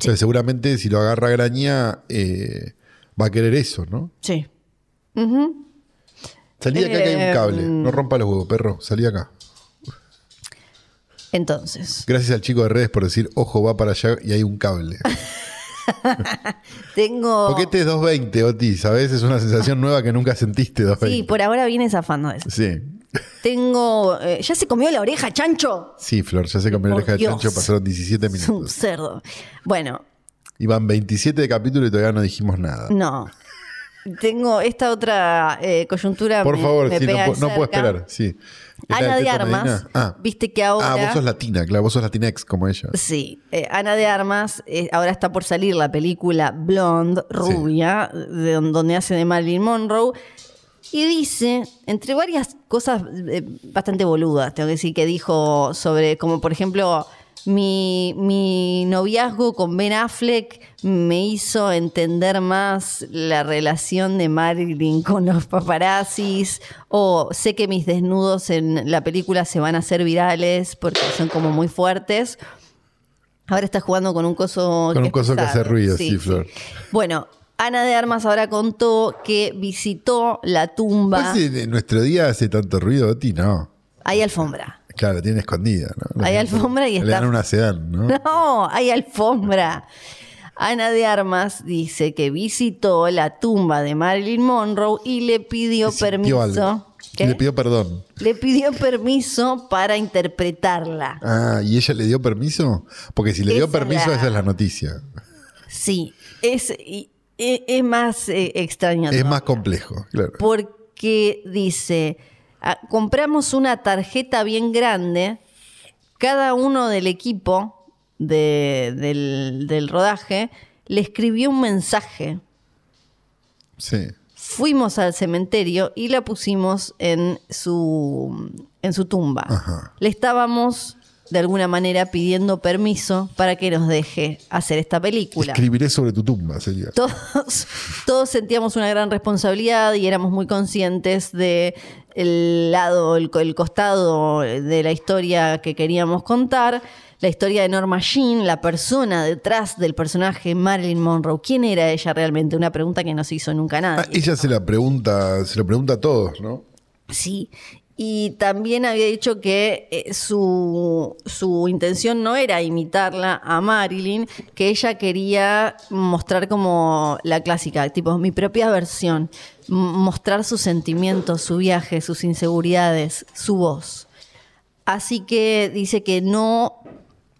O sea, seguramente si lo agarra Graña, eh, va a querer eso, ¿no? Sí. Salí de acá que hay un Eh, cable. No rompa los huevos, perro. Salí de acá. Entonces, Gracias al chico de redes por decir, ojo, va para allá y hay un cable. tengo. Porque este es 220, Oti, ¿sabes? Es una sensación nueva que nunca sentiste Sí, 220. por ahora viene zafando eso. Sí. Tengo. eh, ¿Ya se comió la oreja, chancho? Sí, Flor, ya se cambió la Por oreja de Dios. chancho, pasaron 17 Es un minutos. cerdo. Bueno, Y van 27 de capítulo y todavía no dijimos nada. no. Tengo esta otra eh, coyuntura. Por me- favor, me sí, no, pega de pu- no puedo cerca. Ah, esperar. Sí. ¿Es la Ana de Teto Armas, Medina? viste que ahora- Ah, vos sos latina, claro, vos sos latinex como ella. Sí, eh, Ana de Armas, eh, ahora está por salir la película Blonde, rubia, de don- donde hace de Marilyn Monroe, y dice, entre varias cosas eh, bastante boludas, tengo que decir, que dijo sobre, como por ejemplo, mi, mi noviazgo con Ben Affleck me hizo entender más la relación de Marilyn con los paparazzis, o sé que mis desnudos en la película se van a hacer virales porque son como muy fuertes. Ahora está jugando con un coso Con un es coso que pesado. hace ruido, sí, Flor. Bueno, Ana de Armas ahora contó que visitó la tumba. Pues en en nuestro día hace tanto ruido, Oti, no. Hay alfombra. Claro, la tiene escondida, ¿no? Hay Le- alfombra y le está- dan una sedán, ¿no? No, hay alfombra. Ana de Armas dice que visitó la tumba de Marilyn Monroe y le pidió Y sintió permiso. algo. ¿Qué? Le pidió perdón. Le pidió permiso para interpretarla. Ah, ¿y ella le dio permiso? Porque si le dio Esa es permiso, la- esa es la noticia. Sí, es, y- e- es más eh, extraño. Es todavía. más complejo, claro. porque dice, "Ah, compramos una tarjeta bien grande, cada uno del equipo de- del, del rodaje le escribió un mensaje. Sí. Fuimos al cementerio y la pusimos en su, en su tumba. Ajá. Le estábamos, de alguna manera, pidiendo permiso para que nos deje hacer esta película Escribiré sobre tu tumba, sería. todos, todos sentíamos una gran responsabilidad y éramos muy conscientes de el lado, el, co- el costado de la historia que queríamos contar, la historia de Norma Jean, la persona detrás del personaje Marilyn Monroe. ¿Quién era ella realmente? Una pregunta que no se hizo nunca Ah, nadie. ella se la pregunta, se lo pregunta a todos, ¿no? Sí. Y también había dicho que eh, su, su intención no era imitarla a Marilyn, que ella quería mostrar como la clásica, tipo mi propia versión, m- mostrar sus sentimientos, su viaje, sus inseguridades, su voz. Así que dice que no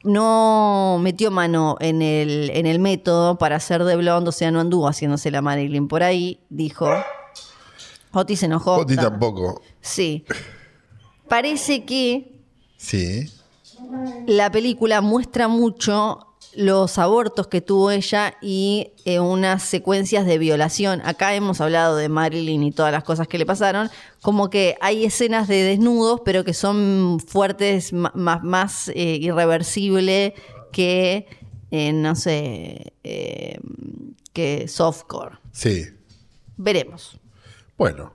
no metió mano en el, en el método para hacer de blonde, o sea, no anduvo haciéndose la Marilyn por ahí, dijo. Oti se enojó. Oti ta- tampoco. Sí. Parece que Sí. la película muestra mucho los abortos que tuvo ella y eh, unas secuencias de violación. Acá hemos hablado de Marilyn y todas las cosas que le pasaron, como que hay escenas de desnudos, pero que son fuertes, ma- más, más eh, irreversible que, eh, no sé, eh, que softcore. Sí. Veremos. Bueno.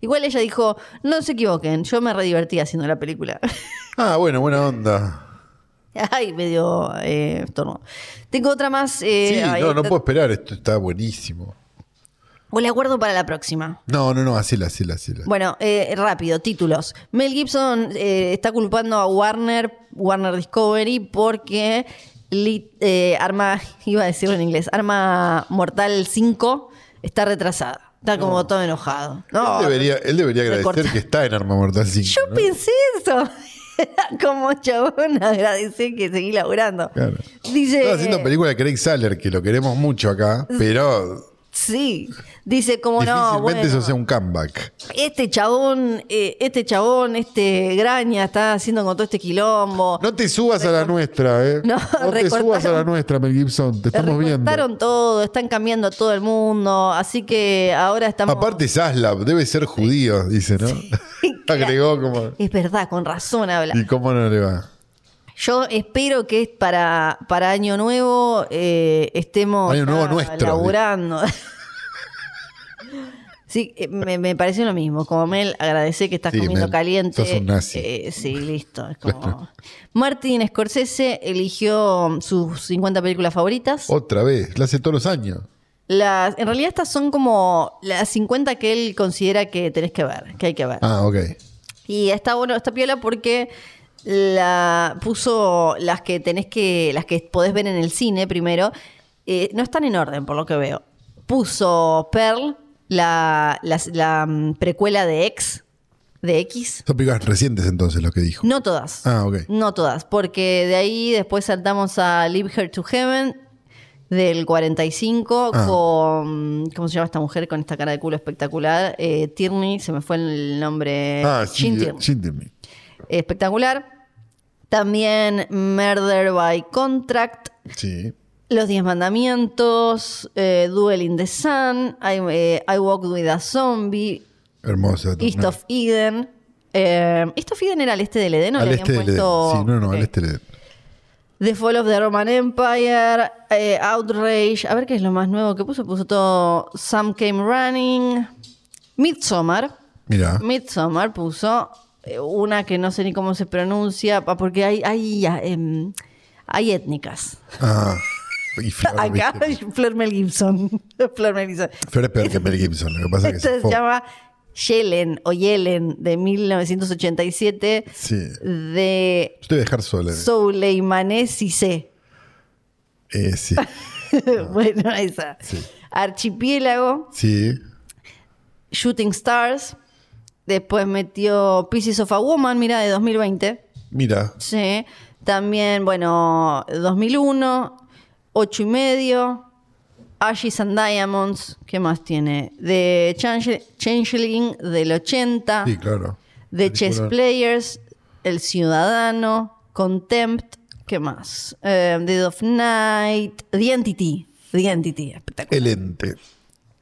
Igual ella dijo, no se equivoquen, yo me redivertí haciendo la película. Ah, bueno, buena onda. Ay, medio eh, estornudo. Tengo otra más. eh, Sí, ay, no, no esta- puedo esperar. Esto está buenísimo. O la guardo para la próxima. No, no, no, hacela, hacela, hacela. Bueno, eh, rápido, títulos. Mel Gibson eh, está culpando a Warner, Warner Discovery, porque Lit- eh, Arma, iba a decirlo en inglés, Arma Mortal 5 está retrasada. Está como todo enojado. No, él debería, él debería agradecer recorta. que está en Arma Mortal 5. Yo ¿no? pensé eso. como chabón, agradecer que seguí laburando. Claro. Dice, Estaba haciendo película de Craig Saller, que lo queremos mucho acá, pero Sí, dice como no, difícilmente bueno, eso sea un comeback. este chabón, eh, este chabón, este graña está haciendo con todo este quilombo. No te subas a la nuestra, ¿eh? No, te recortaron- subas a la nuestra, Mel Gibson. Te estamos viendo. Recortaron todo, están cambiando a todo el mundo, así que ahora estamos... Aparte, Zaslav debe ser judío, dice, ¿no? Agregó como. Es verdad, con razón habla. ¿Y cómo no le va? Yo espero que para, para Año Nuevo eh, estemos Año Nuevo ya nuestro, laburando. sí, eh, me, me pareció lo mismo. Como Mel, agradece que estás Sí, comiendo Mel, caliente. sos un nazi. Eh, sí, listo. es como- Martin Scorsese eligió sus 50 películas favoritas. Otra vez, la hace todos los años. Las, en realidad estas son como las 50 que él considera que tenés que ver, que hay que ver. Ah, ok. Y está bueno, está piola porque la puso las que tenés que, las que podés ver en el cine primero. Eh, no están en orden, por lo que veo. Puso Pearl, la, la- la, mm, precuela de X, de X. Son películas recientes entonces lo que dijo. No todas. Ah, ok. No todas, porque de ahí después saltamos a Leave Her to Heaven del 45 Ah. con ¿cómo se llama esta mujer con esta cara de culo espectacular? Eh, Tierney, se me fue el nombre. Ah, sí, Jean eh, Tierney Jean Tierney. espectacular. También Murder by Contract, Sí. Los Diez Mandamientos, eh, Duel in the Sun, I, eh, I Walk with a Zombie, Hermosa. East No. of Eden. Eh, East of Eden era al este del Edén, ¿no? al le este habían del Edén. Sí, puesto... no, no, Ok. al este del Edén. The Fall of the Roman Empire, eh, Outrage, a ver qué es lo más nuevo que puso, puso todo Some Came Running, Midsommar, Mirá. Midsommar puso eh, una que no sé ni cómo se pronuncia, pa- porque hay, hay, ah, em, hay étnicas. Ah. Y Flor, Acá ¿viste? hay Flor Mel Gibson. Flor Mel Gibson. Flor es peor que Mel Gibson. Lo que pasa es que Esto se se fue. llama Yellen o Yellen de 1987 Sí. de Yo te voy a dejar sola. eh. Souleymané Cissé. Eh, sí. Ah. bueno, esa. Archipiélago, Sí. Shooting Stars. Después metió Pieces of a Woman, mira, de 2020. Mira. Sí. También, bueno, 2001, 8 y medio, Ashes and Diamonds, ¿qué más tiene? De Change- Changeling del 80, Sí, claro. de Película. Chess Players, El Ciudadano, Contempt, ¿qué más? Eh, Dead of Night, The Entity, The Entity, espectacular. El ente.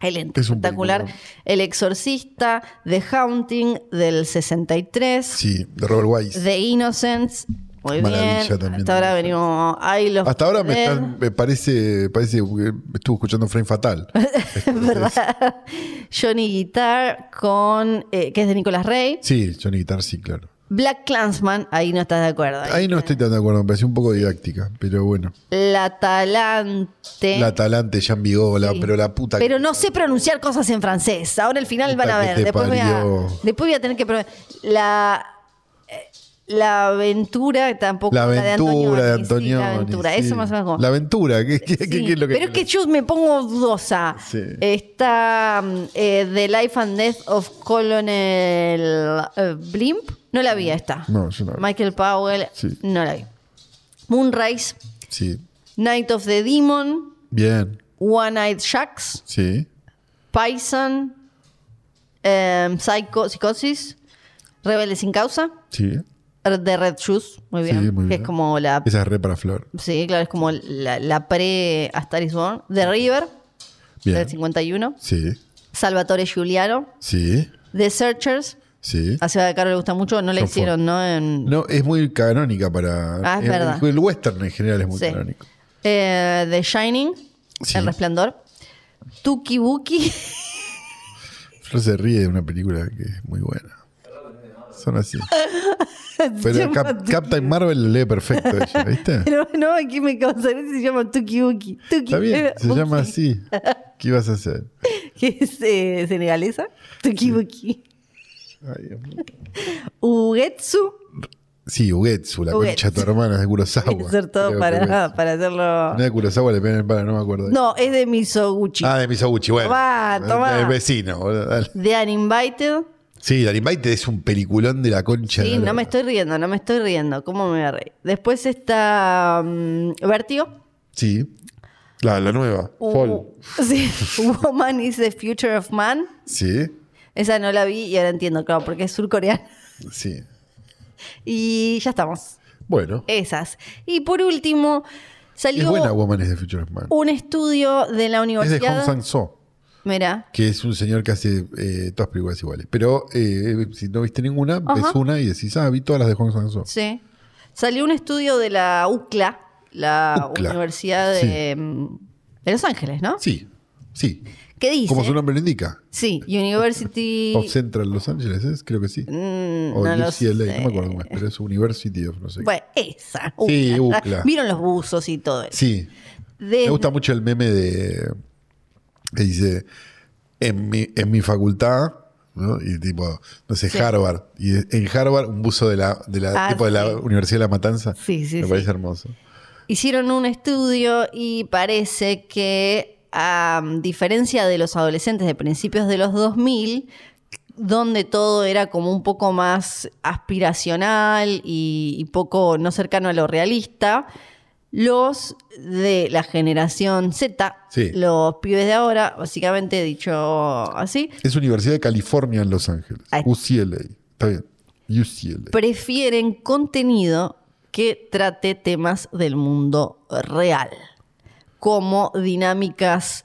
El Entity, es un espectacular. El Exorcista, The Haunting del 63. Sí, de Robert Wise. The Innocents. Muy Maravilla bien. también. Hasta ahora venimos. I Love Hasta ahora me, Dead. están- me parece, parece que estuve escuchando Frame Fatal. ¿Verdad? Johnny Guitar con. eh, que es de Nicolas Rey. Sí, Johnny Guitar, sí, claro. Black Clansman, ahí no estás de acuerdo. ¿eh? Ahí no estoy tan de acuerdo, me pareció un poco didáctica, pero bueno. La Talante. La talante, Jean Vigola, pero la puta. que- Pero no sé pronunciar cosas en francés. Ahora al final van a Puta que ver. te Después voy a, parió. después voy a tener que probar. La. eh, La aventura tampoco. La aventura de Antonioni, sí, Antonio. la aventura, eso más o menos como- La aventura, ¿qué, qué- Sí, qué es lo que pero es que yo me pongo dudosa. Sí. Está mm, eh, The Life and Death of Colonel eh, Blimp. No la vi esta. No, yo no la vi. Michael Powell. Sí. No la vi. Moonrise, Sí. Night of the Demon, Bien. One-Eyed Shacks, Sí. Python, em, Psycho- Psicosis, Rebelde sin Causa, Sí. The Red Shoes, muy bien, Sí, muy que bien. es como la... Esa es re para Flor. Sí, claro, es como la, la pre A Star is Born. The River, Bien. del 51. Sí. Salvatore Giuliano. Sí. The Searchers. Sí. A Ciudad de Caro le gusta mucho. No la Son hicieron, ¿no? En, No, es muy canónica para. Ah, es el, verdad. El western en general es muy Sí. canónico. Eh, The Shining. Sí. El Resplandor. Tuki Buki. Flor se ríe de una película que es muy buena. Son así. Se Pero llama Cap- Tuki- Captain Marvel lo lee perfecto ella, ¿viste? Pero no, aquí me causa gracia, se llama Tuki Buki. Tuki Está bien, se Buki, llama así. ¿Qué ibas a hacer? Que es eh, senegalesa. Tuki Buki. Ay, Dios mío. Ugetsu. Sí, Ugetsu, la Ugetsu. concha de tu hermana, es de Kurosawa. Ser todo Ah, Creo que para, Ugetsu. para hacerlo. No es de Kurosawa, le pegan el palo, no me acuerdo. No, es de Misoguchi. Ah, de Misoguchi, bueno. Tomá, tomá. El vecino, boludo, dale. The Uninvited. Sí, Darin Baite es un peliculón de la concha. Sí, de la- no me estoy riendo, no me estoy riendo. ¿Cómo me voy a reír? Después está mm, Vértigo. Sí. La, la nueva. Fall. Uh, sí. Woman is the future of man. Sí. Esa no la vi y ahora entiendo, claro, porque es surcoreana. Sí. Y ya estamos. Bueno. Esas. Y por último, Es salió buena Woman is the Future of Man. un estudio de la Es de Hong universidad. Sang So, Mira. que es un señor que hace eh, todas películas iguales. Pero eh, si no viste ninguna, Ajá. ves una y decís, ah, vi todas las de Hong Sang So. Sí. Salió un estudio de la UCLA, la UCLA, Universidad de, mm, de Los Ángeles, ¿no? Sí. Sí. ¿Qué dice? Como su nombre lo indica. Sí, University. Of Central Los Ángeles, ¿es? creo que sí. Mm, o no lo UCLA, sé. no me acuerdo cómo es, pero es University of no sé. qué. Bueno, esa. Sí, UCLA. Vieron los buzos y todo eso. Sí. Desde- Me gusta mucho el meme de. que dice. En mi, en mi facultad. ¿no? Y tipo, no sé, Sí. Harvard. Y en Harvard, un buzo de la, de la, Ah, tipo de la sí. Universidad de la Matanza. Sí, sí, Me sí. parece hermoso. Hicieron un estudio y parece que, a diferencia de los adolescentes de principios de los 2000, donde todo era como un poco más aspiracional y, y poco no cercano a lo realista, los de la generación Z, Sí. los pibes de ahora, básicamente dicho así, Es Universidad de California en Los Ángeles. Ay. UCLA. Está bien. UCLA. prefieren contenido que trate temas del mundo real, como dinámicas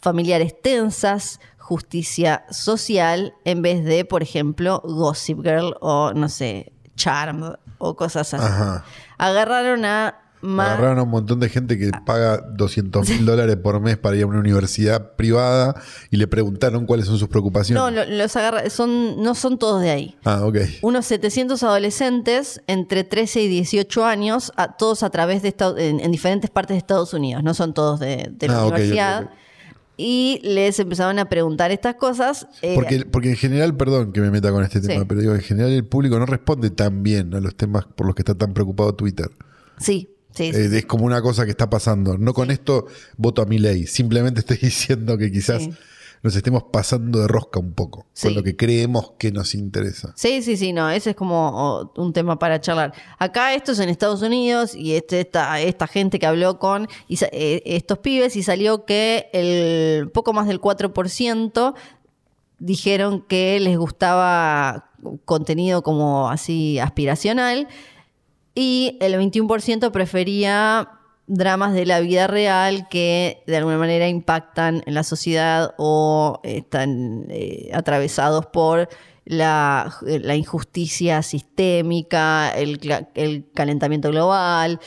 familiares tensas, justicia social, en vez de, por ejemplo, Gossip Girl o, no sé, Charm o cosas así. Ajá. Agarraron a más... Agarraron a un montón de gente que paga 200 mil dólares por mes para ir a una universidad privada y le preguntaron cuáles son sus preocupaciones. No, lo- los agarra... son, no son todos de ahí. Ah, ok. unos 700 adolescentes entre 13 y 18 años, a- todos a través de Estados- en, en diferentes partes de Estados Unidos, no son todos de, de la Ah, ok, ok, universidad. ok. Y les empezaron a preguntar estas cosas. eh, Porque, porque en general, perdón que me meta con este tema, Sí. pero digo, en general el público no responde tan bien a los temas por los que está tan preocupado Twitter. sí, sí, sí. Eh, es como una cosa que está pasando. No con esto voto a mi ley, simplemente estoy diciendo que quizás Sí. nos estemos pasando de rosca un poco Sí. con lo que creemos que nos interesa. Sí, sí, sí, no, ese es como oh, un tema para charlar. Acá esto es en Estados Unidos y este, esta, esta gente que habló con y sa- eh, estos pibes y salió que el poco más del 4% dijeron que les gustaba contenido como así aspiracional y el 21% prefería dramas de la vida real que de alguna manera impactan en la sociedad o están eh, atravesados por la, la injusticia sistémica, el, cla- el calentamiento global.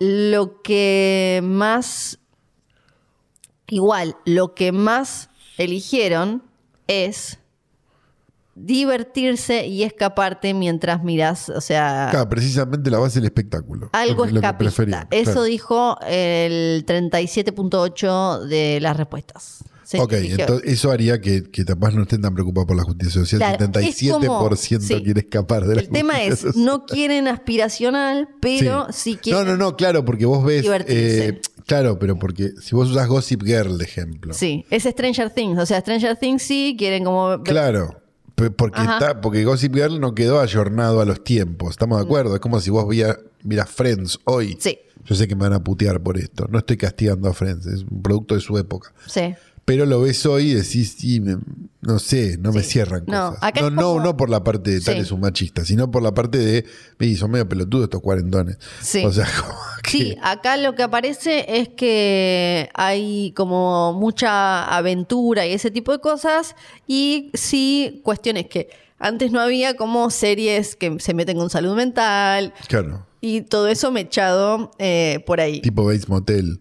Lo que más, igual, lo que más eligieron es divertirse y escaparte mientras mirás, o sea... Claro, precisamente la base del espectáculo. Ah. Algo lo que- lo que escapista. prefería, Eso claro. dijo el 37.8 de las respuestas. Se Ok, eligió. entonces eso haría que, que capaz no estén tan preocupados por la justicia social. Claro, es 77% como- sí. quiere escapar de la el tema justicia es, social. no quieren aspiracional, pero sí, quieren... No, no, no, claro, porque vos ves. divertirse. eh, claro, pero porque si vos usás Gossip Girl, de ejemplo. Sí, es Stranger Things. O sea, Stranger Things sí quieren como... Claro. pe- Porque, Ajá. está, porque Gossip Girl no quedó ayornado a los tiempos, estamos de acuerdo. Es como si vos vía- Mira, Friends, hoy. Mm. Sí. Yo sé que me van a putear por esto. No estoy castigando a Friends, es un producto de su época. Sí. Pero lo ves hoy y decís, sí, me- no sé, no me Sí. cierran No, cosas. acá no, es no, como- no por la parte de tal Sí. es un machista, sino por la parte de, "Ey, son medio pelotudos estos cuarentones. Sí. O sea, como que- Sí, acá lo que aparece es que hay como mucha aventura y ese tipo de cosas y sí cuestiones que antes no había como series que se meten con salud mental Claro, y todo eso mechado eh, por ahí. tipo Bates Motel.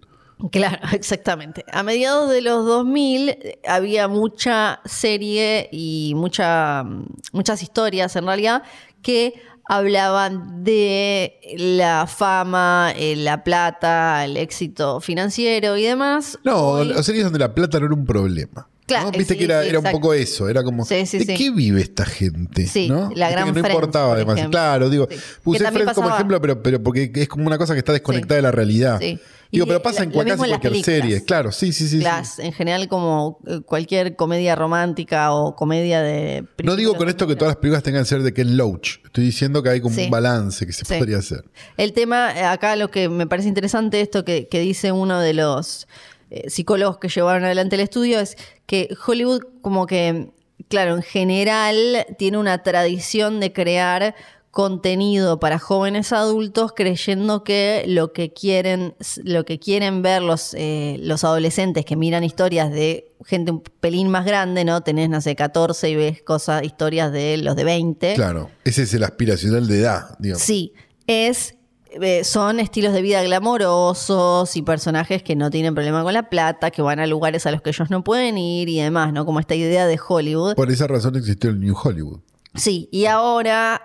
Claro, exactamente. A mediados de los 2000 eh, había mucha serie y mucha, mm, muchas historias en realidad que hablaban de la fama, eh, la plata, el éxito financiero y demás. No, Hoy- o series donde la plata no era un problema. Claro, ¿no? Viste sí, que era, sí, era un exacto. poco eso, era como, Sí, sí, ¿de sí. qué vive esta gente? Sí, ¿no? la Viste que gran no Friends, importaba por además. ejemplo. Claro, digo, Sí. puse Que también Friends como pasaba. ejemplo, pero, pero porque es como una cosa que está desconectada de la realidad. Sí. Y Digo, pero que pasa la- en lo cual- mismo casi en las cualquier películas. serie, claro, sí, sí, sí. sí. las- en general como eh, cualquier comedia romántica o comedia de... No digo con esto que todas las películas tengan que ser de Ken Loach. Estoy diciendo que hay como Sí. un balance que se Sí. podría hacer. El tema, eh, acá lo que me parece interesante, esto que, que dice uno de los eh, psicólogos que llevaron adelante el estudio, es que Hollywood como que, claro, en general tiene una tradición de crear contenido para jóvenes adultos creyendo que lo que quieren lo que quieren ver los eh, los adolescentes que miran historias de gente un pelín más grande no tenés no sé 14 y ves cosas historias de los de 20 Claro, ese es el aspiracional de edad, digamos. Eh. Sí, es eh, son estilos de vida glamorosos y personajes que no tienen problema con la plata, que van a lugares a los que ellos no pueden ir y demás, ¿no? Como esta idea de Hollywood. Por esa razón existió el New Hollywood. Sí, y ahora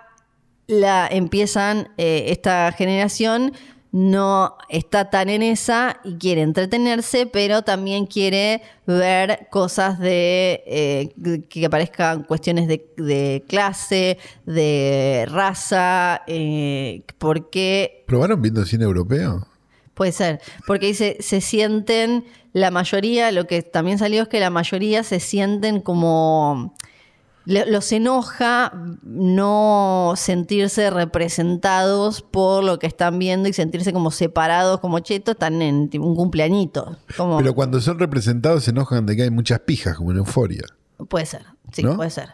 la empiezan eh, esta generación no está tan en esa y quiere entretenerse, pero también quiere ver cosas de eh, que aparezcan cuestiones de, de clase, de raza, eh, porque ¿Probaron viendo cine europeo? Puede ser, porque dice, se sienten, la mayoría, lo que también salió es que la mayoría se sienten como, le- los enoja no sentirse representados por lo que están viendo y sentirse como separados, como chetos, están en tipo, un cumpleañito. Como, Pero cuando son representados se enojan de que hay muchas pijas, como en Euforia. Puede ser, sí, ¿No? puede ser.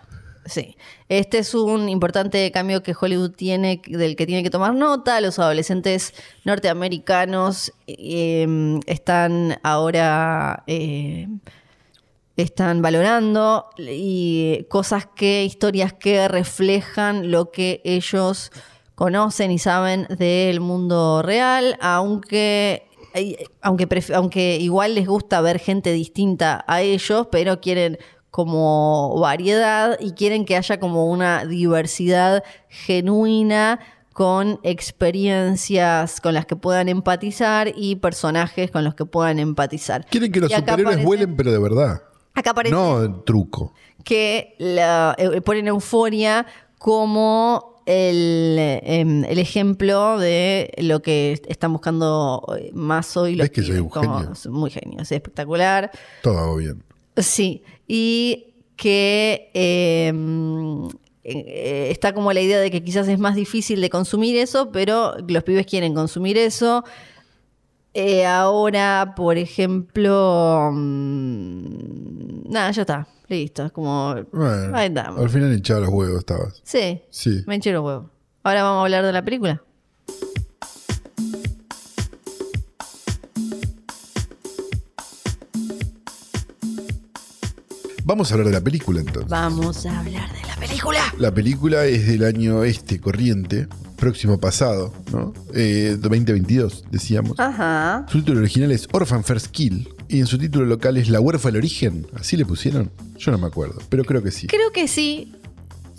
Sí. Este es un importante cambio que Hollywood tiene, del que tiene que tomar nota. Los adolescentes norteamericanos eh, están ahora. eh, están valorando y cosas que, historias que reflejan lo que ellos conocen y saben del mundo real, aunque eh, aunque, pref- aunque igual les gusta ver gente distinta a ellos, pero quieren como variedad y quieren que haya como una diversidad genuina con experiencias con las que puedan empatizar y personajes con los que puedan empatizar. Quieren que los Y acá superhéroes aparece- vuelen, pero de verdad. Acá aparece No el truco. que la- eh, ponen euforia como el, em, el ejemplo de lo que están buscando eh, más hoy. los ¿Ves que soy pibes, un genio? es Muy genio, es espectacular. Todo hago bien. Sí, y que em, eh, está como la idea de que quizás es más difícil de consumir eso, pero los pibes quieren consumir eso. Eh, ahora, por ejemplo, mm, nada, ya está, listo, es como... Bueno, ahí está. al final hinchado los huevos estabas. Sí, Sí. me hinché los huevos. Ahora vamos a hablar de la película. Vamos a hablar de la película entonces. Vamos a hablar de la película. La película es del año este corriente, próximo pasado, ¿no? Eh, 2022, decíamos. Ajá. Su título original es Orphan First Kill y en su título local es La huérfana el origen. ¿Así le pusieron? Yo no me acuerdo, pero creo que sí. Creo que sí,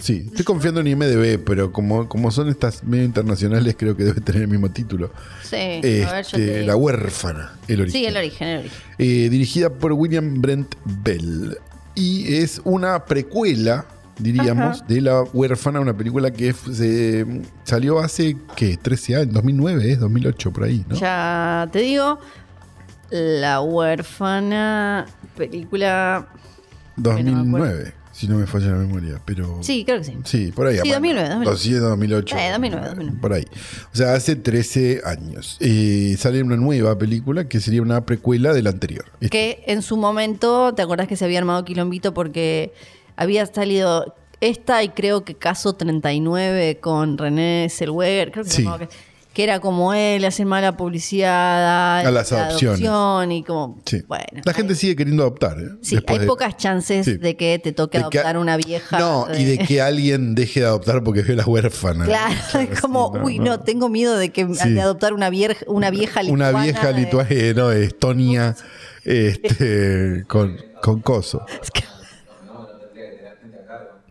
Sí, estoy confiando en IMDB, pero como, como son estas medio internacionales, creo que debe tener el mismo título. sí. A ver, yo Este, te la digo. huérfana, el origen. Sí, el origen, el origen. Eh, dirigida por William Brent Bell. Y es una precuela, diríamos, de La Huérfana, una película que f- se mm, salió hace, ¿qué? 13 años, 2009, es 2008, por ahí, ¿no? Ya te digo, La huérfana, película... 2009, Si no me falla la memoria, pero. Sí, creo que sí. Sí, por ahí. Sí, 2009, 2009. 2007, 2008. Eh, 2009, 2009. Por ahí. O sea, hace 13 años. Eh, sale una nueva película que sería una precuela de la anterior. Este- Que en su momento, ¿te acordás que se había armado quilombito porque había salido esta y creo que Caso 39 con René Zellweger, creo que se Sí. llamaba, que- que era como él, le hacen mala publicidad A las la adopción adopciones. y como, Sí. bueno. la gente sigue queriendo adoptar. ¿eh? Sí, Después hay de- pocas chances Sí. de que te toque de que- adoptar una vieja. No, y de que alguien deje de adoptar porque vio la huérfana. Claro, es como, sí, no, uy, no, no. tengo miedo de que Sí. de adoptar una vieja, una vieja lituana. Una vieja eh, lituana, no, de Estonia, este, con, con coso.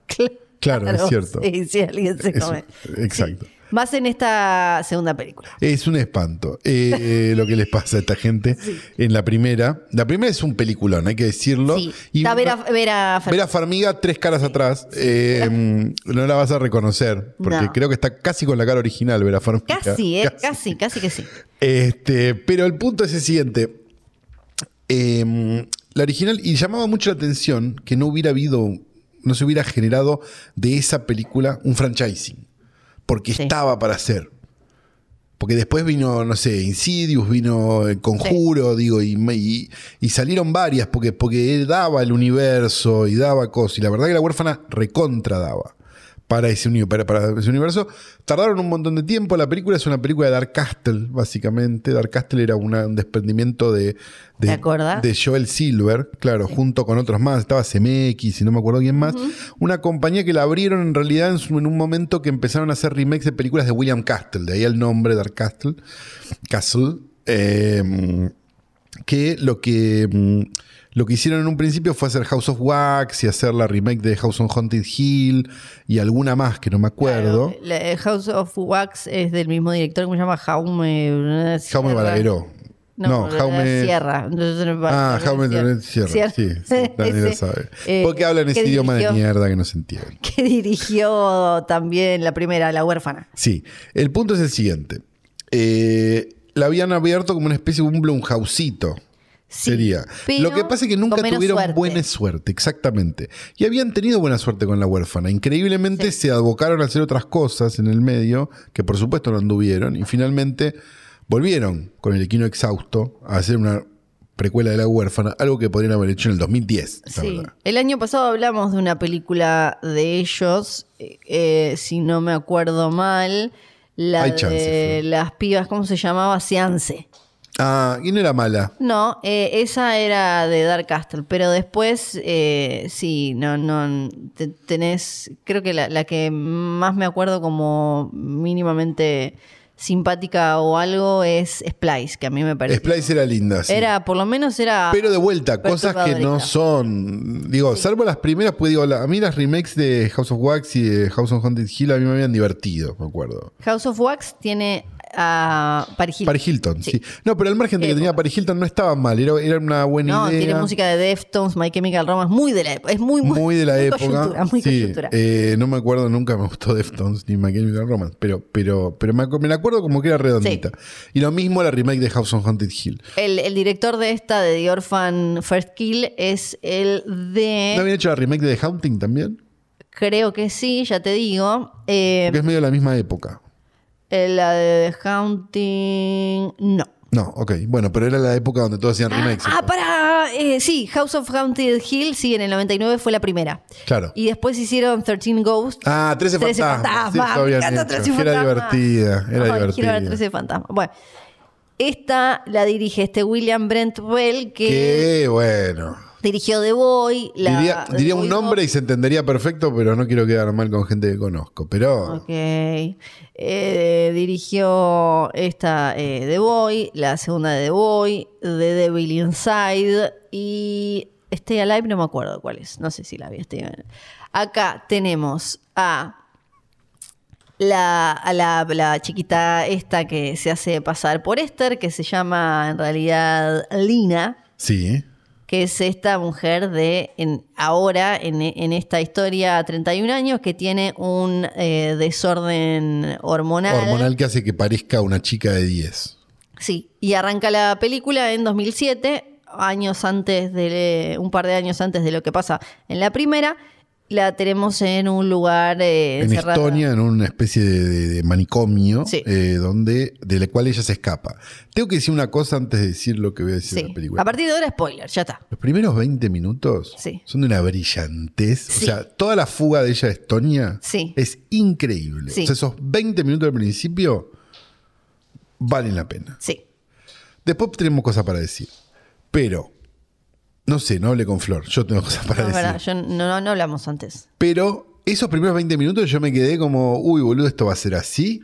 Claro, Claro, es cierto. Sí, sí, alguien se Es- come. exacto. Sí. Más en esta segunda película. Es un espanto eh, lo que les pasa a esta gente en la primera. La primera es un peliculón, hay que decirlo. Sí. Está Vera, Vera Fer- Vera Farmiga, tres caras atrás. eh, no la vas a reconocer, porque No. creo que está casi con la cara original, Vera Farmiga. Casi, ¿eh? Casi, casi que sí. Este, pero el punto es el siguiente. Eh, la original, y llamaba mucho la atención que no hubiera habido, no se hubiera generado de esa película un franchising. Porque Sí. estaba para hacer. Porque después vino, no sé, Insidious, vino El Conjuro, digo, y, y- y salieron varias, porque, porque él daba el universo y daba cosas. Y la verdad que la huérfana recontra daba para ese, uni- para, para ese universo. Tardaron un montón de tiempo. La película es una película de Dark Castle, básicamente. Dark Castle era una- un desprendimiento de, de, ¿Te acordás? de Joel Silver, claro, junto con otros más. Estaba CMX y no me acuerdo quién más. Una compañía que la abrieron en realidad en, su- en un momento que empezaron a hacer remakes de películas de William Castle, de ahí el nombre Dark Castle. Castle. eh, que lo que mm, lo que hicieron en un principio fue hacer House of Wax y hacer la remake de House on Haunted Hill y alguna más que no me acuerdo. Claro, la- eh, House of Wax es del mismo director, ¿cómo se llama? Jaume. eh, Jaume Balagueró. No, Jaume. Sierra. Ah, Jaume Sierra. Sierra, sí, sí, Dani lo Ese, sabe. eh, Porque hablan ese que idioma de dirigió- mierda que no se entiende. Que dirigió también la primera, La huérfana. Sí, el punto es el siguiente. Eh, la habían abierto como una especie de un Blumhausito. Sí, sería. pero Lo que pasa es que nunca con menos tuvieron suerte. buena suerte, exactamente. Y habían tenido buena suerte con la huérfana. Increíblemente se abocaron a hacer otras cosas en el medio, que por supuesto no anduvieron, y finalmente volvieron con el equino exhausto a hacer una precuela de la huérfana, algo que podrían haber hecho en el 2010. la Sí. verdad. El año pasado hablamos de una película de ellos, eh, eh, si no me acuerdo mal, la Hay de chances, ¿no? las pibas, ¿cómo se llamaba? Seance. Ah, y no era mala. No, eh, esa era de Dark Castle, pero después, eh, sí, no, no, te- tenés, creo que la, la que más me acuerdo como mínimamente simpática o algo es Splice, que a mí me parece. Splice era linda. sí. Era, por lo menos era... Pero de vuelta, cosas que no perturbadorita. son. Digo, salvo las primeras, pues digo, la- a mí las remakes de House of Wax y de House on Haunted Hill a mí me habían divertido, me acuerdo. House of Wax tiene a Paris Hilton. Paris Hilton, sí. Sí. No, pero el margen de que Época. tenía Paris Hilton no estaba mal, era, era una buena No, idea. tiene música de Deftones, My Chemical Romance, muy de la época. Es muy, muy de la coyuntura, época. muy Sí, coyuntura. eh, no me acuerdo, nunca me gustó Deftones ni My Chemical Romance, pero, pero, pero me, acu- me la acuerdo como que era redondita. Y lo mismo la remake de House on Haunted Hill. el, el director de esta, de The Orphan First Kill, es el de. ¿No habían hecho la remake de The Haunting también? Creo que sí, ya te digo. Eh, Porque es medio de la misma época. eh, la de The Haunting. No. No, ok. Bueno, pero era la época donde todos hacían remakes. Ah, para. eh, sí, House of Haunted Hill, sí, en el 99 fue la primera. Claro. Y después hicieron 13 Ghosts. Ah, 13 13 fantasmas. Sí, fantasmas. eso habían Me encanta hecho. 13 Que Era fantasmas. divertida, era Ay, Quiero ver divertida. 13 fantasmas. Bueno, esta la dirige este William Brentwell que Qué bueno. dirigió The Boy. La, diría The diría Boy un nombre y se entendería perfecto, pero no quiero quedar mal con gente que conozco. Pero Ok. Eh, dirigió esta eh, The Boy, la segunda de The Boy, The Devil Inside y Stay Alive, no me acuerdo cuál es. No sé si la vi. Stay Alive. Acá tenemos a la, a la, la chiquita esta que se hace pasar por Esther, que se llama en realidad Lina sí. ¿eh? que es esta mujer de en, ahora, en, en esta historia, 31 años, que tiene un eh, desorden hormonal. Hormonal que hace que parezca una chica de 10. Sí, y arranca la película en 2007, años antes de, un par de años antes de lo que pasa en la primera, la tenemos en un lugar eh, en encerrada. Estonia, en una especie de, de- de manicomio, Sí. eh, donde, de la cual ella se escapa. Tengo que decir una cosa antes de decir lo que voy a decir Sí. en la película. A partir de ahora, spoiler, ya está. Los primeros 20 minutos Sí. son de una brillantez. Sí. O sea, toda la fuga de ella a Estonia Sí. es increíble. Sí. O sea, esos 20 minutos al principio valen la pena. Sí. Después tenemos cosas para decir. Pero, no sé, no hablé con Flor. Yo tengo cosas para No, es decir. verdad, yo no, no- no hablamos antes. Pero esos primeros 20 minutos yo me quedé como, uy, boludo, esto va a ser así.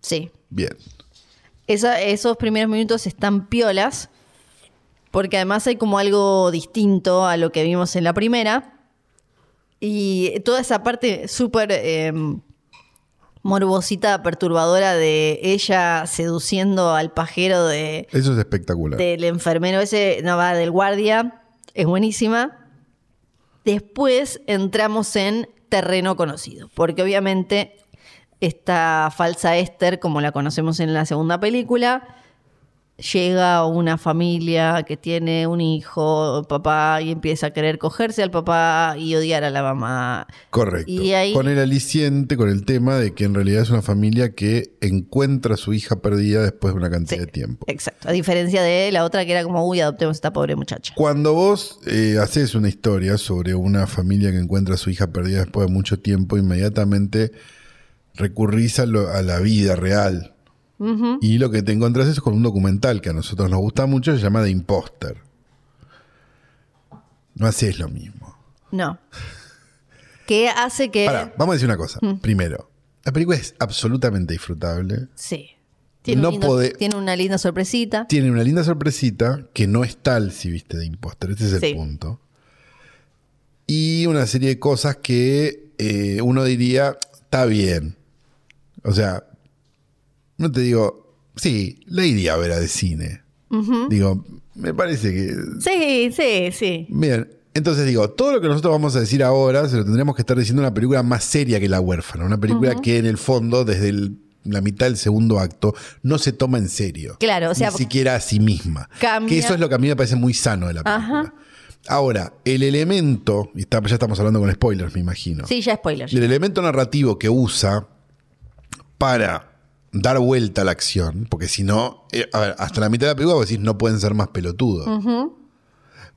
Sí. Bien. Esa- esos primeros minutos están piolas, porque además hay como algo distinto a lo que vimos en la primera. Y toda esa parte súper eh, morbosita, perturbadora de ella seduciendo al pajero de, Eso es espectacular. del enfermero ese, no va, del guardia, es buenísima. Después entramos en terreno conocido, porque obviamente esta falsa Esther, como la conocemos en la segunda película, llega a una familia que tiene un hijo, papá, y empieza a querer cogerse al papá y odiar a la mamá. Correcto. Y ahí- Con el aliciente, con el tema de que en realidad es una familia que encuentra a su hija perdida después de una cantidad Sí, de tiempo. Exacto, a diferencia de la otra que era como, uy, adoptemos a esta pobre muchacha. Cuando vos eh, haces una historia sobre una familia que encuentra a su hija perdida después de mucho tiempo, inmediatamente recurrís a, lo- a la vida real. Y lo que te encontrás es con un documental que a nosotros nos gusta mucho, se llama The Imposter. No haces lo mismo. No. ¿Qué hace que... Pará, vamos a decir una cosa. Primero, la película es absolutamente disfrutable. Sí. Tiene, un No lindo- pode- tiene una linda sorpresita. Tiene una linda sorpresita que no es tal si viste de impostor. Este es el Sí. punto. Y una serie de cosas que eh, uno diría, está bien. O sea, no te digo, sí, la iría a ver a de cine. Digo, me parece que. Sí, sí, sí. Bien. Entonces digo, todo lo que nosotros vamos a decir ahora se lo tendríamos que estar diciendo una película más seria que La huérfana. Una película que en el fondo, desde el- la mitad del segundo acto, no se toma en serio. Claro, o sea, Ni siquiera a sí misma. cambia- Que eso es lo que a mí me parece muy sano de la película. Ajá. Ahora, el elemento, y está- ya estamos hablando con spoilers, me imagino. Sí, ya spoiler. El elemento narrativo que usa para dar vuelta a la acción, porque si no, eh, a ver, hasta la mitad de la película vos decís no pueden ser más pelotudos.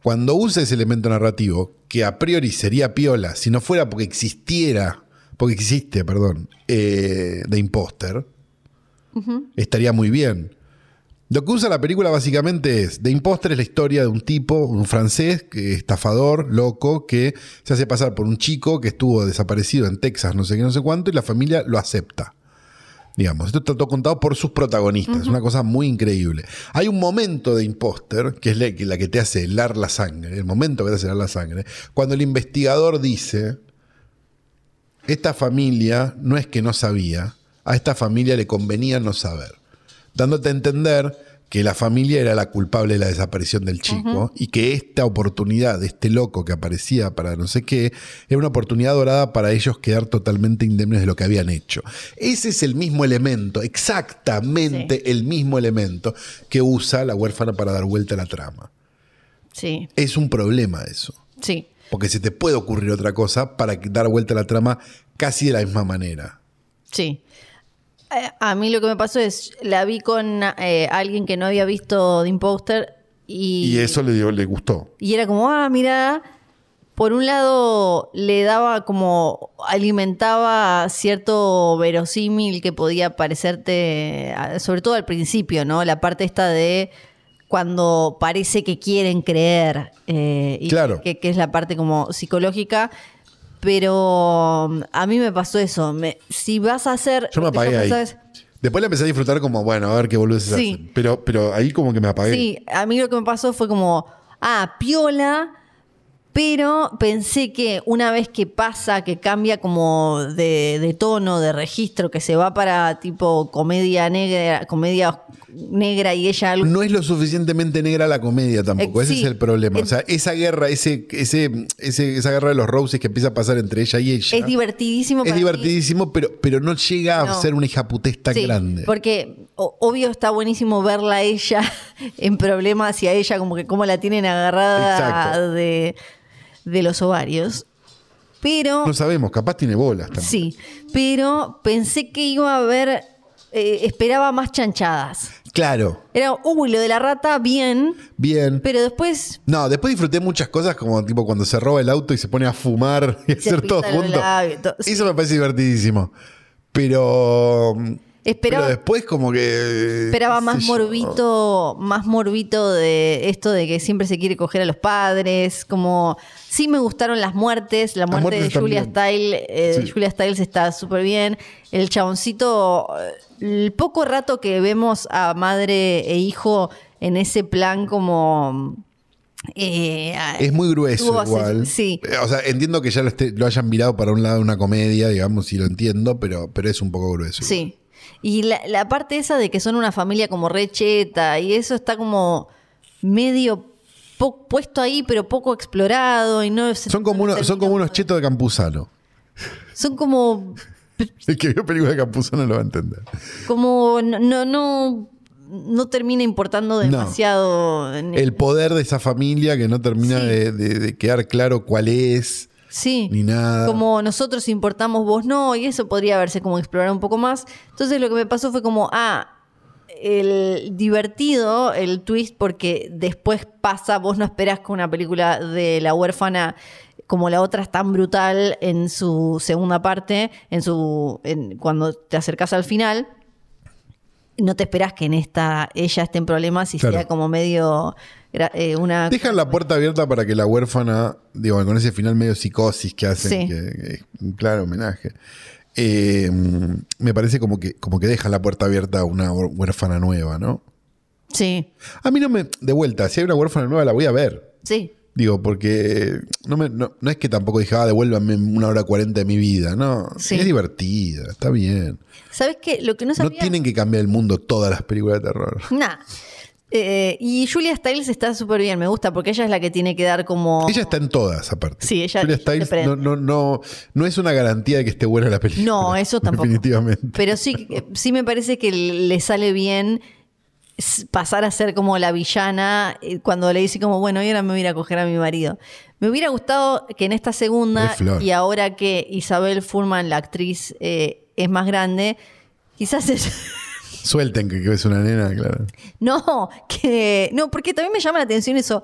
Cuando usa ese elemento narrativo, que a priori sería piola, si no fuera porque existiera, porque existe, perdón, eh, de imposter, estaría muy bien. Lo que usa la película básicamente es, de impostor es la historia de un tipo, un francés, que- estafador, loco, que se hace pasar por un chico que estuvo desaparecido en Texas, no sé qué, no sé cuánto, y la familia lo acepta. Digamos, esto está todo contado por sus protagonistas, es una cosa muy increíble. Hay un momento de imposter, que es la que, la que te hace helar la sangre, el momento que te hace helar la sangre, cuando el investigador dice, esta familia no es que no sabía, a esta familia le convenía no saber, dándote a entender que la familia era la culpable de la desaparición del chico y que esta oportunidad de este loco que aparecía para no sé qué era una oportunidad dorada para ellos quedar totalmente indemnes de lo que habían hecho. Ese es el mismo elemento, exactamente el mismo elemento que usa la huérfana para dar vuelta a la trama. Sí, Es un problema eso. sí. Porque se te puede ocurrir otra cosa para que- dar vuelta a la trama casi de la misma manera. Sí. Eh, A mí lo que me pasó es, la vi con eh, alguien que no había visto The Imposter y, le, dio, le gustó. y era como, ah, mira, por un lado le daba como, alimentaba cierto verosímil que podía parecerte, a- sobre todo al principio, ¿no? La parte esta de cuando parece que quieren creer, eh, y Claro. que, que es la parte como psicológica. Pero mm, a mí me pasó eso. Me- si vas a hacer. Yo me lo que apagué ahí. pensaba es- Después la empecé a disfrutar como, bueno, a ver qué boludeces Sí. hacen. Pero, pero ahí como que me apagué. Sí, a mí lo que me pasó fue como, ah, piola, pero pensé que una vez que pasa, que cambia como de, de tono, de registro, que se va para tipo comedia negra, comedia negra y ella algo. No es lo suficientemente negra la comedia tampoco. Eh, Ese sí. es el problema. O sea, esa guerra, ese, ese, ese- esa guerra de los roses que empieza a pasar entre ella y ella. es divertidísimo. Es para mí. divertidísimo, pero, pero no llega No. a ser una hijaputez tan Sí, grande. Porque o- obvio está buenísimo verla a ella en problemas y a ella como que cómo la tienen agarrada Exacto. de, de los ovarios. Pero No sabemos, capaz tiene bolas también. Sí, pero pensé que iba a haber, eh, esperaba más chanchadas. Claro, Era, uy, lo de la rata, bien, bien. pero después No, después disfruté muchas cosas como tipo cuando se roba el auto y se pone a fumar y Se hacer todo pinta los junto. labios, todo. Eso me parece divertidísimo. Pero, mm, pero esperaba, después como que... esperaba qué más sé yo. morbito, más morbito de esto de que siempre se quiere coger a los padres, como sí me gustaron las muertes, la Las muerte de muertes Julia están Style, eh, de Sí. Julia Stiles está súper bien, el chaboncito, eh, el poco rato que vemos a madre e hijo en ese plan como eh, a- Es muy grueso Tuvo- igual. sí. Eh, O sea, entiendo que ya lo, esté- lo hayan mirado para un lado una comedia, digamos, y lo entiendo, pero, pero es un poco grueso. Sí. Y la, la parte esa de que son una familia como recheta y eso está como medio po- puesto ahí, pero poco explorado y no se- Son como, unos, son como unos chetos de Campuzano. son como El que vio películas de Campuzano lo va a entender. como no no no, no termina importando demasiado. en- El poder de esa familia que no termina Sí. de, de- de quedar claro cuál es, sí. ni nada. Como nosotros importamos, vos no, y eso podría verse como explorado un poco más. Entonces lo que me pasó fue como, ah, el divertido, el twist, porque después pasa, vos no esperás que una película de la huérfana como la otra es tan brutal en su segunda parte, en su en- cuando te acercás al final, no te esperás que en esta ella esté en problemas y Claro. sea como medio gra- eh, una Dejan la puerta abierta para que la huérfana, digo, con ese final medio psicosis que hacen, Sí. que, que es un claro homenaje. eh, me parece como que, como que dejan la puerta abierta a una huér- huérfana nueva, ¿no? Sí, A mí no me. De vuelta, si hay una huérfana nueva, la voy a ver. sí. Digo, porque no, me- no, no es que tampoco dije, ah, devuélvanme una hora cuarenta de mi vida, no. Sí. Es divertida, está bien. ¿Sabes qué? Lo que no No sabía... tienen que cambiar el mundo todas las películas de terror. Nah. Eh, y Julia Stiles está súper bien, me gusta, porque ella es la que tiene que dar como. Ella está en todas, aparte. Sí, ella- Julia ella te Stiles prende. no, no, no, no es una garantía de que esté buena la película. No, eso tampoco. Definitivamente. Pero sí, eh, sí me parece que le sale bien s- pasar a ser como la villana eh, cuando le dice como, bueno, y ahora me voy a ir a coger a mi marido. Me hubiera gustado que en esta segunda, Es Flor. y ahora que Isabel Furman, la actriz, eh, es más grande, quizás es... Suelten que, que es una nena, claro. No, que. No, porque también me llama la atención eso.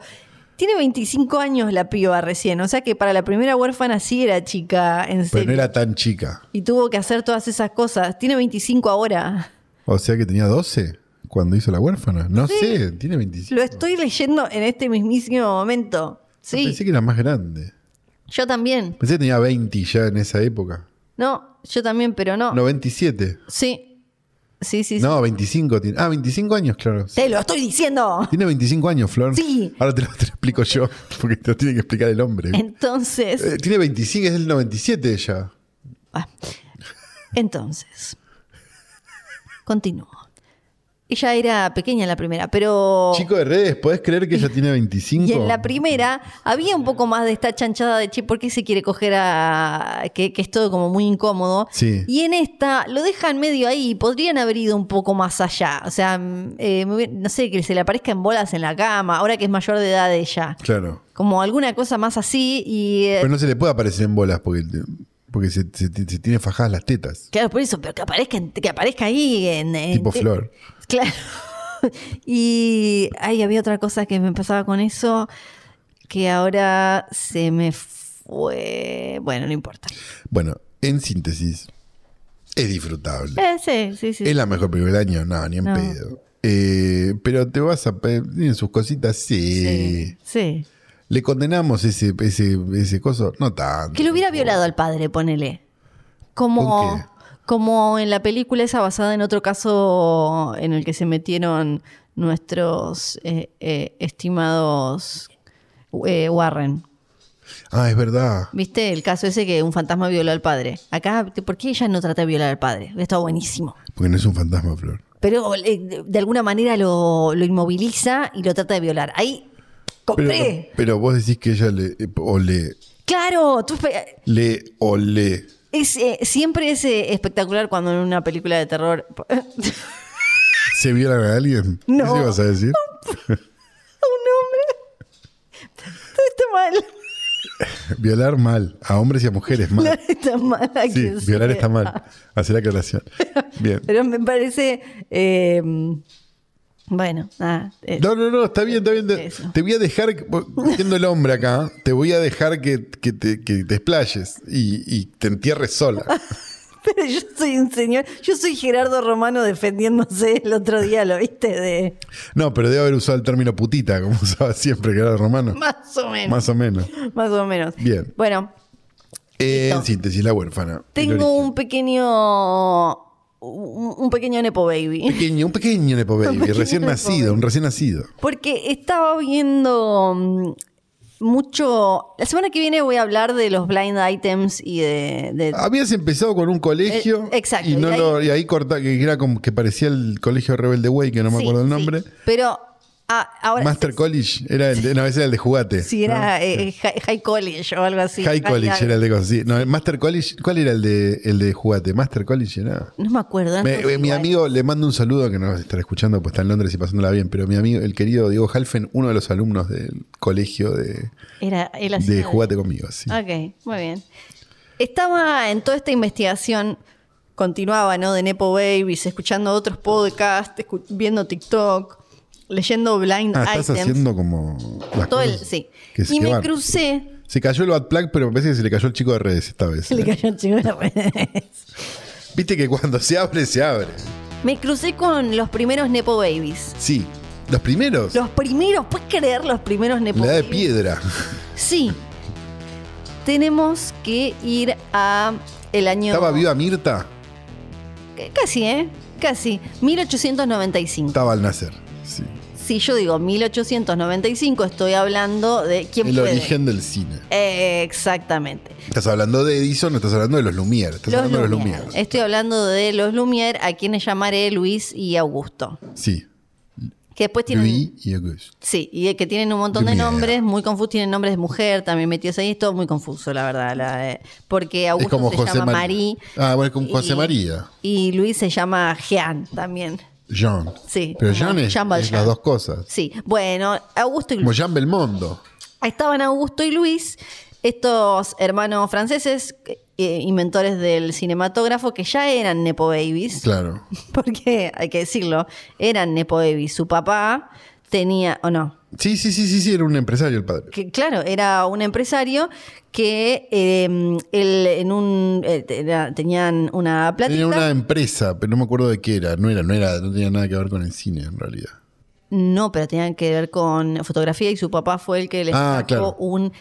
Tiene 25 años la piba recién, o sea que para la primera huérfana sí era chica, en Pero serio. no era tan chica. Y tuvo que hacer todas esas cosas. Tiene 25 ahora. O sea que tenía 12 cuando hizo la huérfana. No sé, tiene 25. Lo estoy leyendo en este mismísimo momento. Yo Pensé Sí, que era más grande. yo también. Pensé que tenía 20 ya en esa época. No, yo también, pero no. No, 27. Sí. Sí, sí, sí. No, 25 tiene. Ah, 25 años, claro. Te lo estoy diciendo. Tiene 25 años, Flor. Sí. Ahora te lo, te lo explico yo, porque te lo tiene que explicar el hombre. Entonces. Eh, tiene 25, es del 97 ella. Ah. Entonces, continúo. Ella era pequeña en la primera, pero... Chico de redes, ¿podés creer que ella tiene 25? y en la primera había un poco más de esta chanchada de, che, ¿por qué se quiere coger a...? que, que es todo como muy incómodo. Sí. Y en esta lo dejan medio ahí, podrían haber ido un poco más allá. O sea, mm, eh, me hubiera- no sé, que se le aparezca en bolas en la cama, ahora que es mayor de edad ella. Claro. Como alguna cosa más así y... eh, Pero no se le puede aparecer en bolas porque, porque se, se- se tiene fajadas las tetas. Claro, por eso, pero que aparezca, en- que aparezca ahí en, en- Tipo te- Flor. Claro. Y ay, había otra cosa que me pasaba con eso que ahora se me fue. Bueno, no importa. Bueno, en síntesis, es disfrutable. Eh, sí, sí, sí. ¿Es la mejor película del año? No, ni en No. pedo. Eh, pero te vas a... pe- Tienen sus cositas, sí. sí. sí. ¿Le condenamos ese, ese, ese coso? No tanto. Que lo hubiera violado al padre, ponele. ¿Con Como, qué? como en la película esa basada en otro caso en el que se metieron nuestros eh, eh, estimados eh, Warren. Ah, es verdad. ¿Viste el caso ese que un fantasma violó al padre? Acá, ¿por qué ella no trata de violar al padre? Está buenísimo. Porque no es un fantasma, Flor. Pero eh, de- de alguna manera lo, lo inmoviliza y lo trata de violar. Ahí Pero, compré. pero vos decís que ella le... O le... Claro, tú fe- Le o le... es, eh, siempre es eh, espectacular cuando en una película de terror. ¿Se violan a alguien? No. ¿Eso ibas a decir? Todo está mal. Violar mal, a hombres y a mujeres mal. está mal. a Sí, quien violar sea. está mal. Hacer la aclaración. Bien. Pero me parece. eh, bueno, nada. eh, No, no, no, está bien, está bien. Te, Eso. te voy a dejar, siendo el hombre acá, te voy a dejar que, que te, que te explayes y, y te entierres sola. Pero yo soy un señor. Yo soy Gerardo Romano defendiéndose el otro día, ¿lo viste? De. No, pero debe haber usado el término putita, como usaba siempre Gerardo Romano. Más o menos. Más o menos. Más o menos. Bien. Bueno, Eh, en Listo. síntesis, la huérfana. el tengo origen. un pequeño. Un, un pequeño Nepo Baby. pequeño, un pequeño Nepo Baby, pequeño recién Nepo nacido, Baby. un recién nacido. Porque estaba viendo mm, mucho. La semana que viene voy a hablar de los blind items y de. de- Habías empezado con un colegio. Eh, exacto, Y, no y ahí- lo- y ahí corta, que era como que parecía el colegio Rebelde Way, que no me Sí, acuerdo el sí. nombre. Pero. ah, ahora. Master College, era el de, no, ese era el de jugate. Si era eh, High, High College o algo así. High- High College High- era el de cosas, sí. No, el Master College, ¿cuál era el de el de jugate? Master College era. No me acuerdo. Me- eh, entonces mi igual. amigo le mando un saludo que no nos estará escuchando, pues está en Londres y pasándola bien, pero mi amigo, el querido Diego Halfen, uno de los alumnos del colegio de, Era él hacía de de- Jugate conmigo. sí. Ok, muy Ah, bien. Estaba en toda esta investigación, continuaba, ¿no? De Nepo Babies, escuchando otros podcasts, escu- viendo TikTok, leyendo Blind Ah, Items. estás haciendo como. las todo el, cosas sí. que se Y me van. crucé Se cayó el Bad Plug, pero me parece que se le cayó el chico de redes esta vez. Le ¿eh? cayó el chivo de las redes. Viste que cuando se abre, se abre. Me crucé con los primeros Nepo Babies. Sí. Los primeros. Los primeros, ¿puedes creer los primeros Nepo la edad de Babies? piedra. Sí. Tenemos que ir a el año... ¿Estaba viva Mirta? C- Casi, ¿eh? Casi. 1895. Estaba al nacer. Sí. Si yo digo 1895, estoy hablando de... ¿Quién El puede? origen del cine. Eh, exactamente. Estás hablando de Edison, no estás hablando de los Lumière. Estás hablando de los Lumière. Lumière. Estoy hablando de los Lumière, a quienes llamaré Luis y Augusto. Sí. Que después tienen... Louis y Auguste. Sí, y de que tienen un montón de Lumière. nombres, muy confusos, tienen nombres de mujer también metidos ahí, es todo muy confuso, la verdad. la- eh, porque Augusto Es como se José llama María. Marí Ah, bueno, como y- José María. y Luis se llama Jean también. Jean. Sí, Pero como Jean es, Jean es Valjean. las dos cosas. Sí, bueno, Augusto y Como Luis. Jean Belmondo. Estaban Augusto y Luis, estos hermanos franceses, eh, inventores del cinematógrafo, que ya eran Nepo Babies. Claro. Porque, hay que decirlo, eran Nepo Babies. Su papá tenía, o no, Sí, sí, sí, sí, sí, era un empresario el padre. que claro, era un empresario que eh, él en un eh, era- tenían una platita. Tenía una empresa, pero no me acuerdo de qué era. No era, no era, no tenía nada que ver con el cine en realidad. No, pero tenían que ver con fotografía y su papá fue el que les Ah, sacó claro. un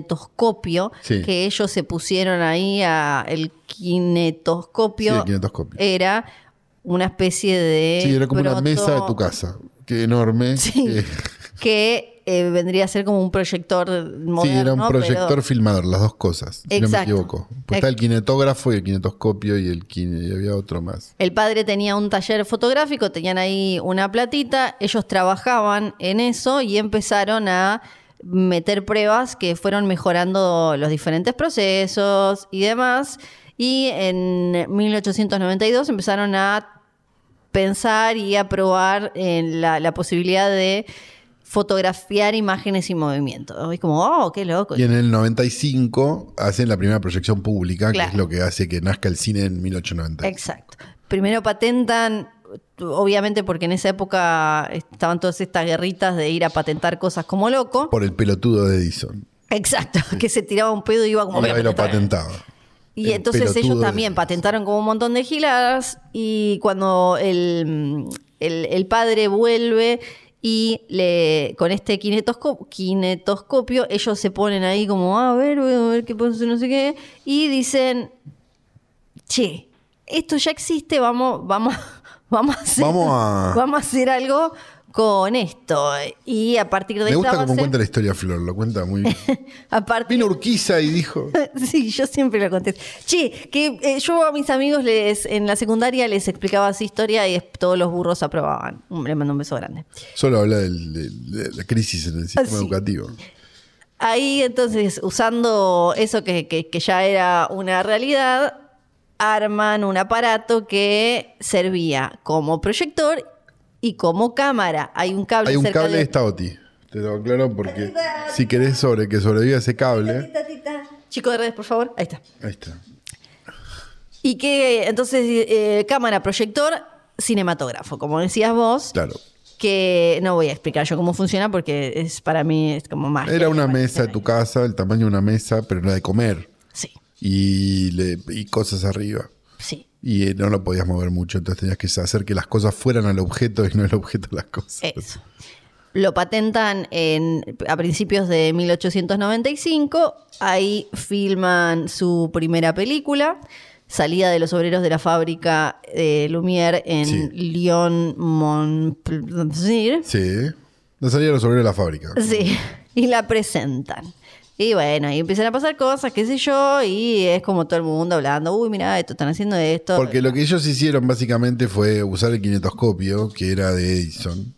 kinetoscopio Sí. que ellos se pusieron ahí a el kinetoscopio. Sí, el kinetoscopio. Era una especie de Sí, era como una proto- mesa de tu casa. Qué enorme. Sí. que- que eh, vendría a ser como un proyector moderno. Sí, era un pero- proyector filmador, las dos cosas, si no me Exacto. equivoco. Pues está el kinetógrafo y el kinetoscopio y el kine, y había otro más. El padre tenía un taller fotográfico, tenían ahí una platita, ellos trabajaban en eso y empezaron a meter pruebas que fueron mejorando los diferentes procesos y demás. Y en 1892 empezaron a pensar y a probar en la, la posibilidad de fotografiar imágenes y movimiento. Y como, oh, qué loco. Y en el 95 hacen la primera proyección pública, que Claro. es lo que hace que nazca el cine en 1890. Exacto. Primero patentan, obviamente porque en esa época estaban todas estas guerritas de ir a patentar cosas como loco. Por el pelotudo de Edison. Exacto, que se tiraba un pedo y iba como... Y "Voy a ahí lo patentar". patentaba. Y El entonces pelotudo ellos de- también patentaron como un montón de giladas y cuando el, el- el padre vuelve y le con este kinetosco- kinetoscopio ellos se ponen ahí como a ver, voy a ver qué pasa, no sé qué y dicen, che, esto ya existe, vamos, vamos, vamos a hacer, Vamos a- vamos a hacer algo con esto y a partir de Me esta gusta cómo base- cuenta la historia Flor, lo cuenta muy bien. a partir Vino Urquiza y dijo, Sí, yo siempre lo contesto. Che, que eh, yo a mis amigos les en la secundaria les explicaba esa historia y es- todos los burros aprobaban. Mm, Le mando un beso grande. solo habla del- del- de la crisis en el sistema Así. educativo. Ahí entonces, usando eso que, que- que ya era una realidad, arman un aparato que servía como proyector y como cámara. Hay un cable Hay un cerca cable de del- Staoti. Te lo aclaro porque si querés sobre que sobreviva ese cable, Chico de redes, por favor. Ahí está. Ahí está. Y que entonces, eh, cámara, proyector, cinematógrafo, como decías vos. Claro. Que no voy a explicar yo cómo funciona porque es para mí es como más. Era una mesa de tu casa, el tamaño de una mesa, pero era de comer. Sí, Y, le- y cosas arriba. sí. Y eh, no lo podías mover mucho, entonces tenías que hacer que las cosas fueran al objeto y no el objeto a las cosas. Eso. Lo patentan en, a principios de 1895. Ahí filman su primera película, Salida de los Obreros de la Fábrica de Lumière en Sí. Lyon, Montplaisir. Sí. No salía los obreros de la fábrica. Sí, y la presentan. Y bueno, ahí empiezan a pasar cosas, qué sé yo, y es como todo el mundo hablando, uy, mira, esto están haciendo esto. Porque lo que ellos hicieron básicamente fue usar el kinetoscopio, que era de Edison,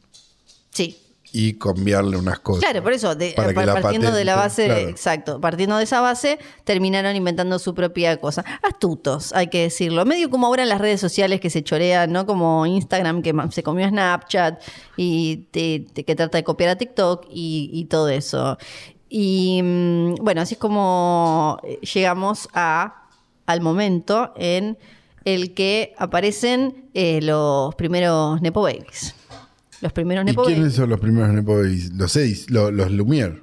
Sí. y cambiarle unas cosas. Claro, por eso, de- eh, Para que par- la partiendo de la base, patente, claro. exacto, partiendo de esa base, terminaron inventando su propia cosa. Astutos, hay que decirlo. Medio como ahora en las redes sociales que se chorean, ¿no? Como Instagram que ma- se comió Snapchat y te- te- que trata de copiar a TikTok y, y todo eso. Y mm, bueno, así es como eh, llegamos a, al momento en el que aparecen eh, los primeros Nepo Babies. Los primeros ¿Y Nepo Babies. quiénes son los primeros Nepo Babies? Los Edis, lo- los, Lumière.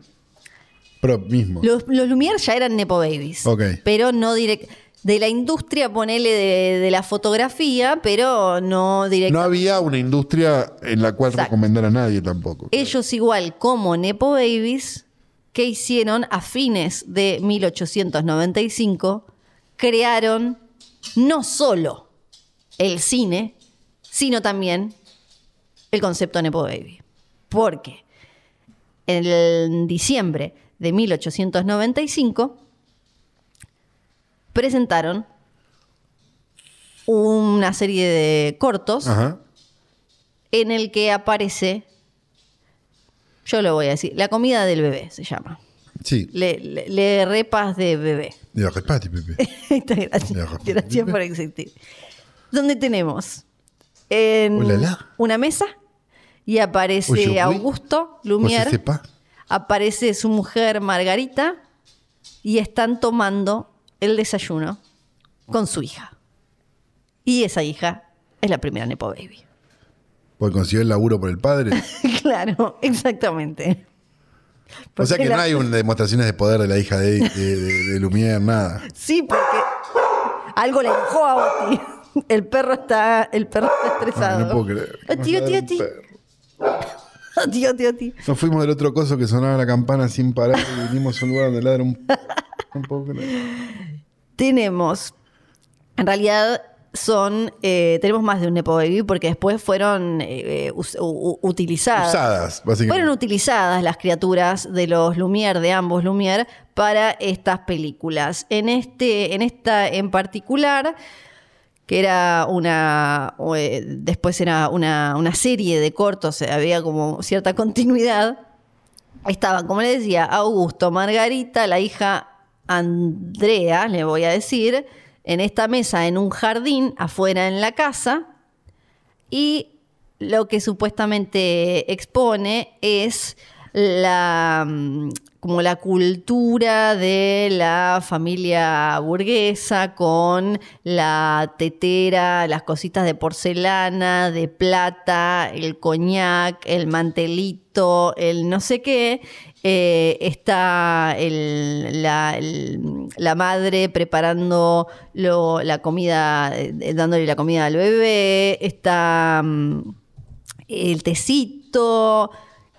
Pro mismo. Los, los Lumière ya eran Nepo Babies. Ok. Pero no direct De la industria, ponele de, de la fotografía, pero no directamente. no había una industria en la cual Exacto. Eh, recomendar a nadie tampoco. Ellos, igual como Nepo Babies, que hicieron a fines de 1895, crearon no solo el cine, sino también el concepto Nepo Baby. Porque en diciembre de 1895 presentaron una serie de cortos Ajá. en el que aparece, yo lo voy a decir, la comida del bebé se llama. Sí. Le, le- le repas de bebé. De la Repati, Eh, Pepe. Está gracias, Le repas de gracias bebé. por existir. Donde tenemos en Ulala. una mesa y aparece Oye, güey. Augusto Lumière, José Sepa. aparece su mujer Margarita y están tomando el desayuno con su hija. Y esa hija es la primera Nepo Baby. Porque consiguió el laburo por el padre. Claro, exactamente. o Porque sea que la- no hay una demostraciones de poder de la hija de, Edith, de, de- de Lumière, nada. Ah, Sí, porque algo le enojó a Oti. El perro está, el perro está Ay, estresado. Ah, no puedo creer. Oti, Oti, Mataron Oti. un perro. Oti, Oti, Oti. Nos fuimos del otro coso que sonaba la campana sin parar y vinimos a un lugar donde ladra un, un poco. Tenemos, en realidad son, eh, tenemos más de un Nepo Baby porque después fueron eh, us- u- u- utilizadas. Usadas, básicamente. Fueron utilizadas las criaturas de los Lumière, de ambos Lumière, para estas películas. En, este, en esta en particular, que era una. o, eh, después era una, una serie de cortos, eh, había como cierta continuidad. Estaban, como les decía, Augusto, Margarita, la hija Andrea, le voy a decir, en esta mesa, en un jardín, afuera en la casa. Y lo que supuestamente expone es la mm, como la cultura de la familia burguesa con la tetera, las cositas de porcelana, de plata, el coñac, el mantelito, el no sé qué. Eh, está el- la, el- la madre preparando lo- la comida, eh, dándole la comida al bebé. Está mm, el tecito.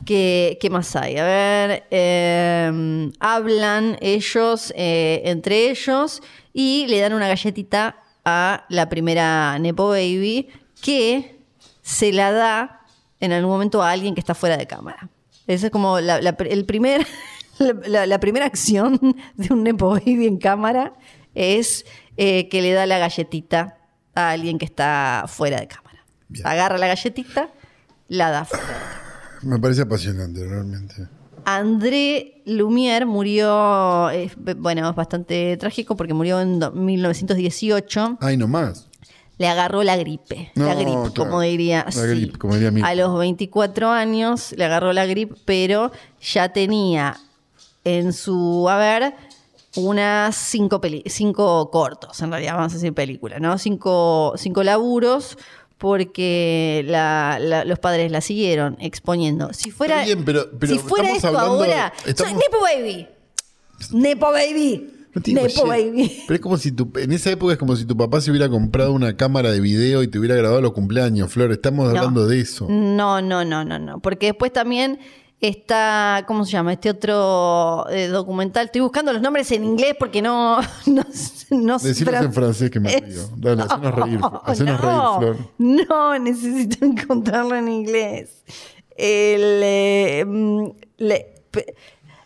¿Qué, qué más hay? A ver, eh, hablan ellos eh, entre ellos y le dan una galletita a la primera Nepo Baby que se la da en algún momento a alguien que está fuera de cámara. Esa es como la, la pr- el primer, la, la- la primera acción de un Nepo Baby en cámara es eh, que le da la galletita a alguien que está fuera de cámara. Bien. Agarra la galletita, la da fuera. Me parece apasionante, realmente. André Lumière murió, eh, b- bueno, es bastante trágico porque murió en do- 1918. Ay, nomás. Le agarró la gripe. la No, gripe, claro. como diría. La sí. gripe, como diría Mirta. A los 24 años le agarró la gripe, pero ya tenía en su haber unas cinco, peli- cinco cortos, en realidad, vamos a decir películas, ¿no? Cinco, cinco laburos porque la- la- los padres la siguieron exponiendo. Si fuera, Está bien, pero- pero si fuera estamos esto hablando- ahora... estamos- Soy Nepo Baby. Nepo Baby. No te digo Nepo shit. Baby. Pero es como si tu, en esa época es como si tu papá se hubiera comprado una cámara de video y te hubiera grabado los cumpleaños, Flor. Estamos No. Mm. hablando de eso. No, no, no, no, no. Porque después también está, ¿cómo se llama? Este otro eh, documental. Estoy buscando los nombres en inglés porque no, no, no sé. Decinos pero- en francés que me Es- río. Dale, hacenos reír. Flor. Hacenos no, reír, Flor. No, necesito encontrarlo en inglés. El, eh, mm, le- pe-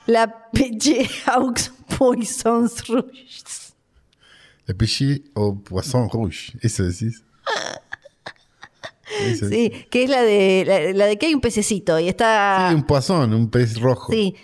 la PG Aux Poisons Rouges. Le Pichy o Poisson Rouge. Eso decís. Eso decís. Sí, que es la de, la, la de que hay un pececito y está... Sí, un poisson, un pez rojo. Sí.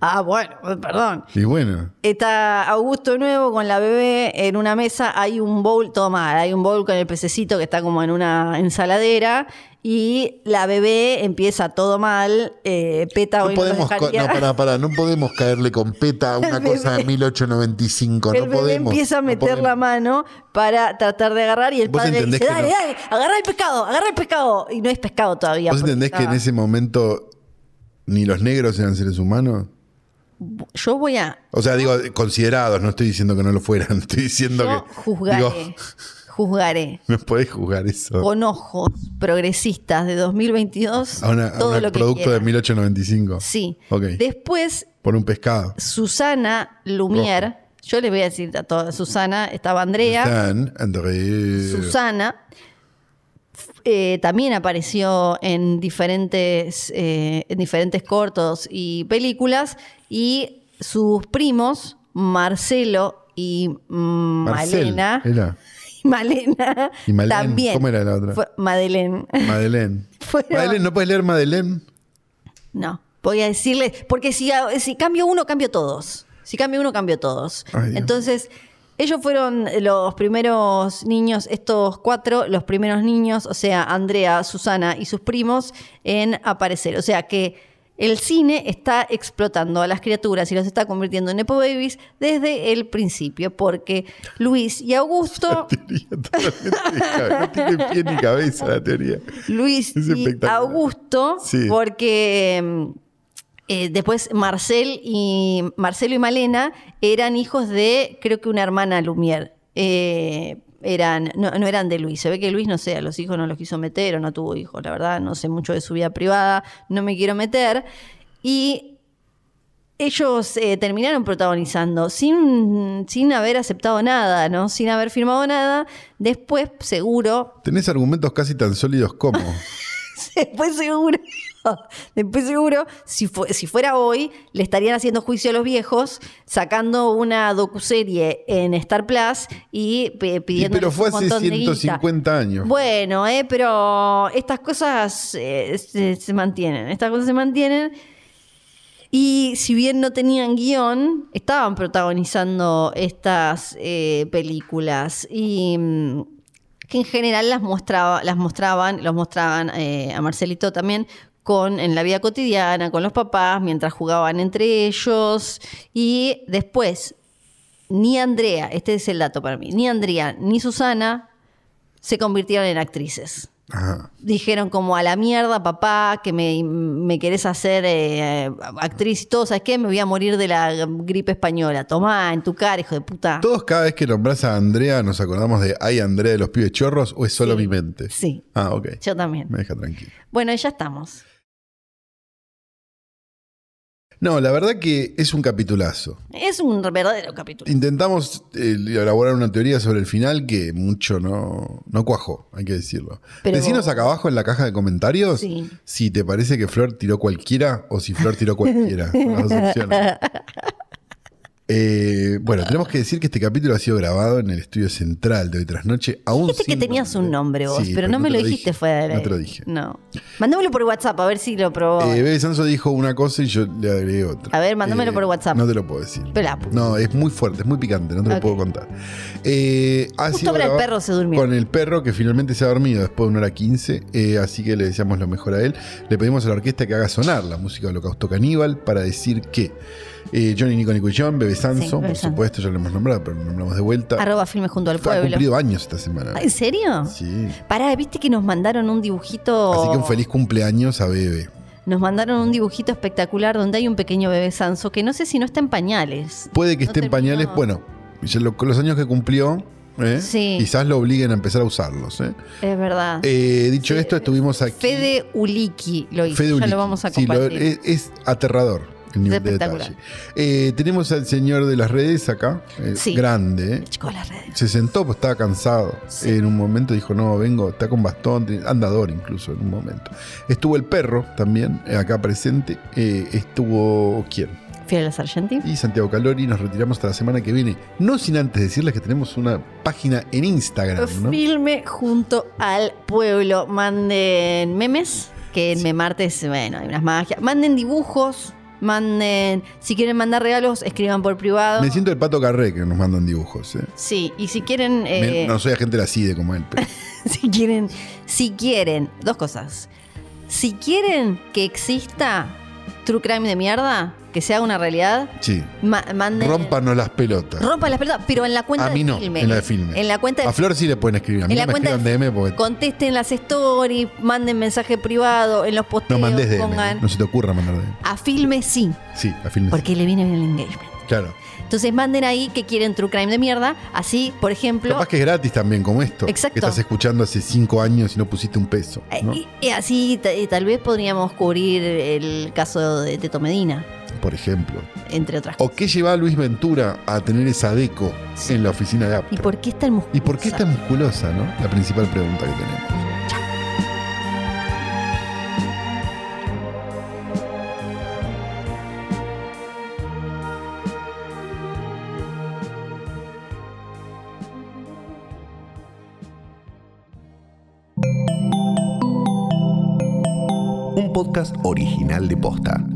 Ah, bueno, perdón. Y bueno, Está Augusto de nuevo con la bebé en una mesa, hay un bowl, toma, hay un bowl con el pececito que está como en una ensaladera y la bebé empieza todo mal, eh, peta no hoy nos podemos, co- dejaría. no, pará, pará, no podemos caerle con peta a una El cosa de bebé- 1895. el no bebé podemos. empieza a no meter la podemos. mano para tratar de agarrar y el Vos padre le entendés dice, que dale, no- dale, agarra el pescado, agarra el pescado. Y no es pescado todavía. ¿Vos porque entendés que en estaba- ese momento ni los negros eran seres humanos? Yo voy a O sea, digo, considerados, no estoy diciendo que no lo fueran, estoy diciendo yo que. juzgaré, digo, juzgaré no podés juzgar eso. con ojos progresistas de 2022 a una- a todo un lo que producto quiera. de 1895. Sí. Ok. Después, Por un pescado. Susana Lumier, yo les voy a decir a todas, Susana, estaba Andrea, Stan, André. Susana, eh, también apareció en diferentes, eh, en diferentes cortos y películas, y sus primos, Marcelo y mm, Marcel, Malena, Era. Malena, Y Malén, también. ¿cómo era la otra? Fue- Madeleine. Madeleine. Fueron- Madeleine, ¿no puedes leer Madeleine? No, voy a decirle, porque si, ah, si cambio uno, cambio todos. Si cambio uno, cambio todos. Ay, Dios. Entonces, ellos fueron los primeros niños, estos cuatro, los primeros niños, o sea, Andrea, Susana y sus primos, en aparecer. O sea que el cine está explotando a las criaturas y los está convirtiendo en Nepo Babies desde el principio, porque Luis y Augusto... Teoría totalmente descabellada. No tiene pie ni cabeza la teoría. Luis Es y espectacular. Augusto, Sí. porque mm, eh, después Marcel y Marcelo y Malena eran hijos de, creo que una hermana Lumière. Eh, eran, no, no eran de Luis. Se ve que Luis, no sé, a los hijos no los quiso meter o no tuvo hijos, la verdad, no sé mucho de su vida privada, no me quiero meter. Y ellos eh, terminaron protagonizando sin, sin haber aceptado nada, ¿no? Sin haber firmado nada. Después, seguro, Tenés argumentos casi tan sólidos como. Después seguro, después seguro, si, fu- si fuera hoy, le estarían haciendo juicio a los viejos, sacando una docuserie en Star Plus y pe- pidiendo. pero fue un hace montón de guita. 150 años. Bueno, eh, pero estas cosas eh, se, se mantienen, estas cosas se mantienen. Y si bien no tenían guión, estaban protagonizando estas eh, películas. Y mm, que en general las mostraba, las mostraban, los mostraban eh, a Marcelito también con en la vida cotidiana, con los papás, mientras jugaban entre ellos. Y después, ni Andrea, este es el dato para mí, ni Andrea ni Susana se convirtieron en actrices Ajá. dijeron como a la mierda, papá, que me, me querés hacer eh, actriz y todo, ¿sabes qué? Me voy a morir de la gripe española. Tomá, en tu cara, hijo de puta. Todos cada vez que nombras a Andrea nos acordamos de ay Andrea de los pibes chorros o es solo mi mente. Sí, Ah, ok. yo también. Me deja tranquilo. Bueno, ya estamos. No, la verdad que es un capitulazo. Es un verdadero capítulo. Intentamos eh, elaborar una teoría sobre el final que mucho no, no cuajó, hay que decirlo. Pero- Decinos acá abajo en la caja de comentarios Sí. si te parece que Flor tiró cualquiera o si Flor tiró cualquiera. Son las dos opciones. Eh, bueno, tenemos que decir que este capítulo ha sido grabado en el estudio central de hoy tras noche. Aún Dijiste que sin tenías un nombre vos, Sí, pero no, me te lo dijiste dije. fuera de No te lo dije. No. Mandámelo por WhatsApp a ver si lo probó. Eh, Bebe Sanso dijo una cosa y yo le agregué otra. Eh, A ver, mándamelo por WhatsApp. No te lo puedo decir. Pero la puta. No, es muy fuerte, es muy picante, no te Ok. lo puedo contar. Eh, ha Justo sido ahora el grabado perro se durmió. Con el perro que finalmente se ha dormido después de una hora 15, eh, así que le deseamos lo mejor a él. Le pedimos a la orquesta que haga sonar la música de Holocausto Caníbal para decir que Eh, Johnny Nico Nico y John, Bebe Sanso, Sí, Bebe por Sanso. supuesto, ya lo hemos nombrado, pero lo nombramos de vuelta. Arroba filmes junto al ha pueblo. Ah, cumplido años esta semana. ¿En serio? Sí. Pará, viste que nos mandaron un dibujito. Así que un feliz cumpleaños a Bebe. Nos mandaron un dibujito espectacular donde hay un pequeño bebé Sanso que no sé si no está en pañales. Puede que No esté en terminó. pañales, bueno, ya lo- con los años que cumplió, ¿eh? Sí. quizás lo obliguen a empezar a usarlos. ¿eh? Es verdad. Eh, dicho esto, estuvimos aquí. Fede Uliki lo hizo. ya Ulises. lo vamos a Sí, lo- compartir. es, es aterrador el nivel de espectacular. detalle. Eh, tenemos al señor de las redes acá, eh, Sí. grande. ¿eh? Chico de las redes. Se sentó, pues estaba cansado. Sí. En un momento dijo, no, vengo, está con bastón, tiene- andador incluso en un momento. Estuvo el perro también, eh, acá presente. Eh, estuvo, ¿quién? Fiel a la Sargenti. y Santiago Calori. Nos retiramos hasta la semana que viene. No sin antes decirles que tenemos una página en Instagram, ¿no? Filme junto al pueblo. Manden memes, que en Memartes, bueno, hay unas magias. Manden dibujos, manden. Si quieren mandar regalos, escriban por privado. Me siento el pato Carré que nos mandan dibujos. ¿eh? Sí, y si quieren. Me- eh, no soy agente de la CIDE E como él. pero- Si quieren, si quieren, dos cosas. Si quieren que exista True Crime de mierda, que sea una realidad, sí. ma- manden. Rómpanos las pelotas. Rompan las pelotas, pero en la cuenta A mí no, de filme. en la de filme. En la cuenta de A Flor sí le pueden escribir. A mí en no la me cuenta escriban de- DM porque Contesten las stories, manden mensaje privado, en los no posteos mandes DM. pongan. No se te ocurra mandar DM. A filme sí, Sí, a filmes. porque le viene bien el engagement. Claro. Entonces manden ahí que quieren True Crime de mierda. Así, por ejemplo. Capaz que es gratis también, como esto. Exacto. Que estás escuchando hace cinco años y no pusiste un peso. ¿no? eh, eh, así ta- eh, tal vez podríamos cubrir el caso de Teto Medina, Por ejemplo. entre otras ¿O qué lleva a Luis Ventura a tener esa deco Sí. en la oficina de Apple? ¿Y por qué está el musculosa? ¿Y por qué está musculosa, no? La principal pregunta que tenemos. Un podcast original de Posta.